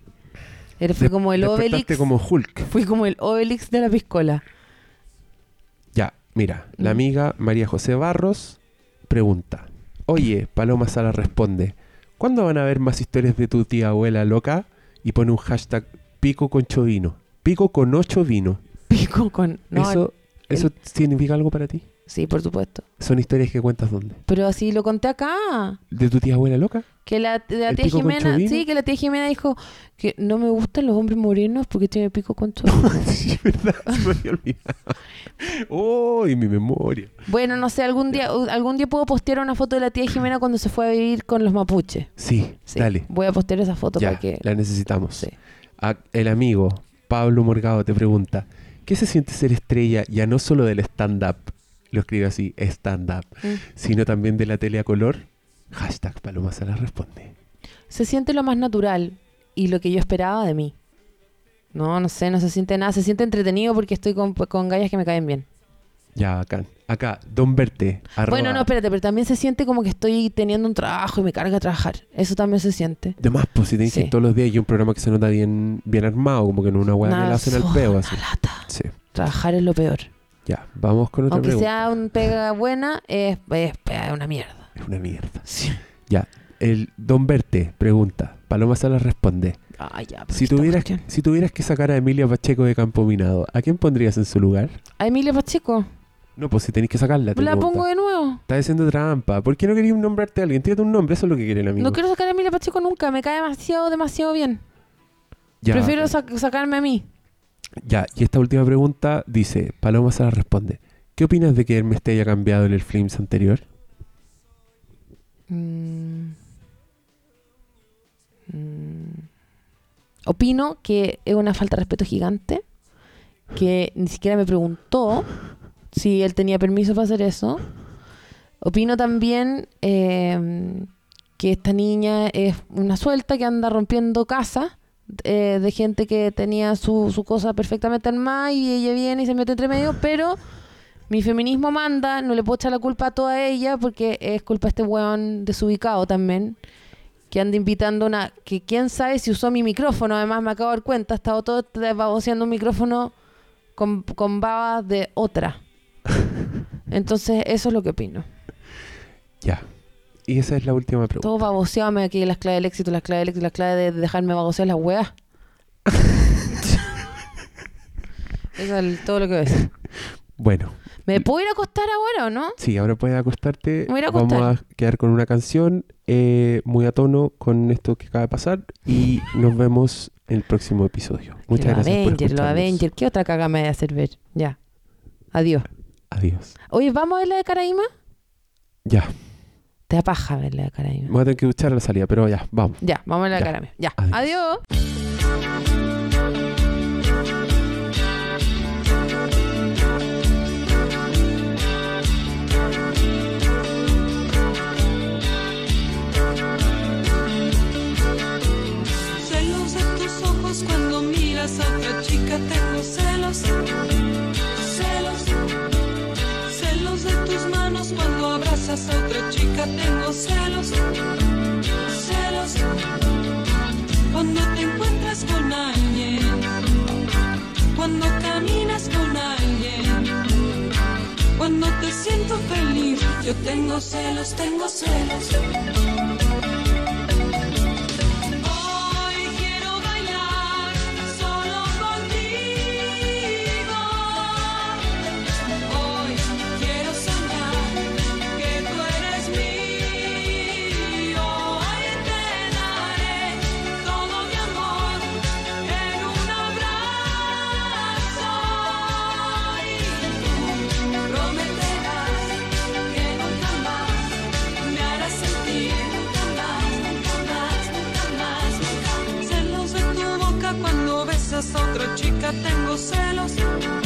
S4: Era- Fui
S3: De-
S4: como el
S3: despertaste
S4: Obelix.
S3: como Hulk.
S4: Fui como el Obelix de la piscola.
S3: Ya, mira, la
S4: Mm.
S3: amiga María José Barros pregunta, oye, Paloma Salas responde, ¿cuándo van a ver más historias de tu tía abuela loca? Y pone un hashtag pico con chovino. Pico con ocho vino.
S4: Pico con. No,
S3: ¿Eso, eso significa algo para ti?
S4: Sí, por supuesto.
S3: ¿Son historias que cuentas dónde?
S4: Pero así lo conté acá.
S3: ¿De tu tía abuela loca?
S4: Que la, de la
S3: ¿El
S4: tía
S3: pico con
S4: Jimena,
S3: chovino?
S4: sí, que la tía Jimena dijo que no me gustan los hombres morenos porque tiene pico con chovino.
S3: sí, verdad, se me había olvidado. ¡Oh, y mi memoria!
S4: bueno, no sé, algún día u- algún día puedo postear una foto de la tía Jimena cuando se fue a vivir con los mapuches.
S3: Sí,
S4: Sí,
S3: dale,
S4: Voy a postear esa foto
S3: ya,
S4: para que
S3: la necesitamos.
S4: Sí.
S3: A- el amigo Pablo Morgado te pregunta, ¿qué se siente ser estrella ya no solo del stand-up? Lo escribe así, stand-up,
S4: Mm.
S3: sino también de la tele a color. Hashtag Paloma Salas responde.
S4: se siente lo más natural y lo que yo esperaba de mí. No, no sé, no se siente nada, se siente entretenido porque estoy con, con gallas que me caen bien.
S3: Ya, acá. Acá, Don Verte. arroba-
S4: Bueno, no, espérate, pero también se siente como que estoy teniendo un trabajo y me carga trabajar. Eso también se siente.
S3: De más, pues si te dicen
S4: Sí.
S3: todos los días y un programa que se nota bien, bien armado, como que en una weá
S4: Nada,
S3: que la hacen al
S4: fue
S3: peo
S4: una
S3: así.
S4: lata.
S3: Sí.
S4: Trabajar es lo peor.
S3: Ya, vamos con otra
S4: Aunque
S3: pregunta.
S4: sea un pega buena, es, es- es una mierda.
S3: Es una mierda. Ya. El Don Verte pregunta. Paloma Salas responde.
S4: Ay, ya, pero
S3: Si
S4: esta
S3: tuvieras,
S4: cuestión.
S3: si tuvieras que sacar a Emilia Pacheco de Campo Minado, ¿a quién pondrías en su lugar?
S4: A Emilia Pacheco,
S3: No, pues si tenéis que sacarla. te
S4: la
S3: pregunta.
S4: pongo de nuevo.
S3: Estás haciendo trampa. ¿Por qué no querías nombrarte a alguien? Tírate un nombre, eso es lo que quiere el amigo.
S4: No quiero sacar a Emilia Pacheco nunca, me cae demasiado, demasiado bien.
S3: Ya,
S4: Prefiero
S3: ya.
S4: sac- sacarme a mí.
S3: Ya, y esta última pregunta dice, Paloma Salas responde, ¿qué opinas de que Hermes te haya cambiado en el Flames anterior?
S4: Mm. Mm. Opino que es una falta de respeto gigante, que ni siquiera me preguntó si él tenía permiso para hacer eso. Opino también eh, que esta niña es una suelta que anda rompiendo casas eh, de gente que tenía su, su cosa perfectamente armada y ella viene y se mete entre medio, pero mi feminismo manda, no le puedo echar la culpa a toda ella porque es culpa de este weón desubicado también, que anda invitando una. que quién sabe si usó mi micrófono, además me acabo de dar cuenta, ha estado todo este baboseando un micrófono con, con babas de otra. Entonces, eso es lo que opino.
S3: Ya. Y esa es la última pregunta.
S4: Todo baboseame aquí, las claves del éxito, las claves del éxito, las claves de dejarme babosear las weas. eso es el- todo lo que ves.
S3: Bueno,
S4: ¿Me puedo ir a acostar ahora o no?
S3: sí, ahora puedes acostarte.
S4: Me voy a ir a
S3: Vamos a
S4: acostar.
S3: quedar con una canción eh, muy a tono con esto que acaba de pasar. Y nos vemos en el próximo episodio. Muchas
S4: los
S3: gracias. por
S4: Avengers, los
S3: escucharnos.
S4: Avengers. ¿Qué otra caga me voy a hacer ver? Ya. Adiós.
S3: Adiós.
S4: Oye, ¿vamos a ver la de Caraíma?
S3: Ya.
S4: Te da paja ver la de Caraíma.
S3: Voy a tener que duchar a la salida, pero ya, vamos.
S4: Ya, vamos a la
S3: Ya.
S4: cara. mía. Ya.
S3: Adiós.
S4: Adiós.
S5: Celos de tus ojos cuando miras a otra chica, tengo celos, celos, celos de tus manos cuando abrazas a otra chica, tengo celos, celos, cuando te encuentras con alguien, cuando caminas con alguien, cuando te siento feliz, yo tengo celos, tengo celos. Hoy quiero bailar solo contigo. Hoy quiero soñar que tú eres mío. Hoy te daré todo mi amor en un abrazo. Y tú prometerás que nunca más me harás sentir nunca más, nunca más, nunca más, nunca. Celos de tu boca cuando besas a otra chica, tengo celos.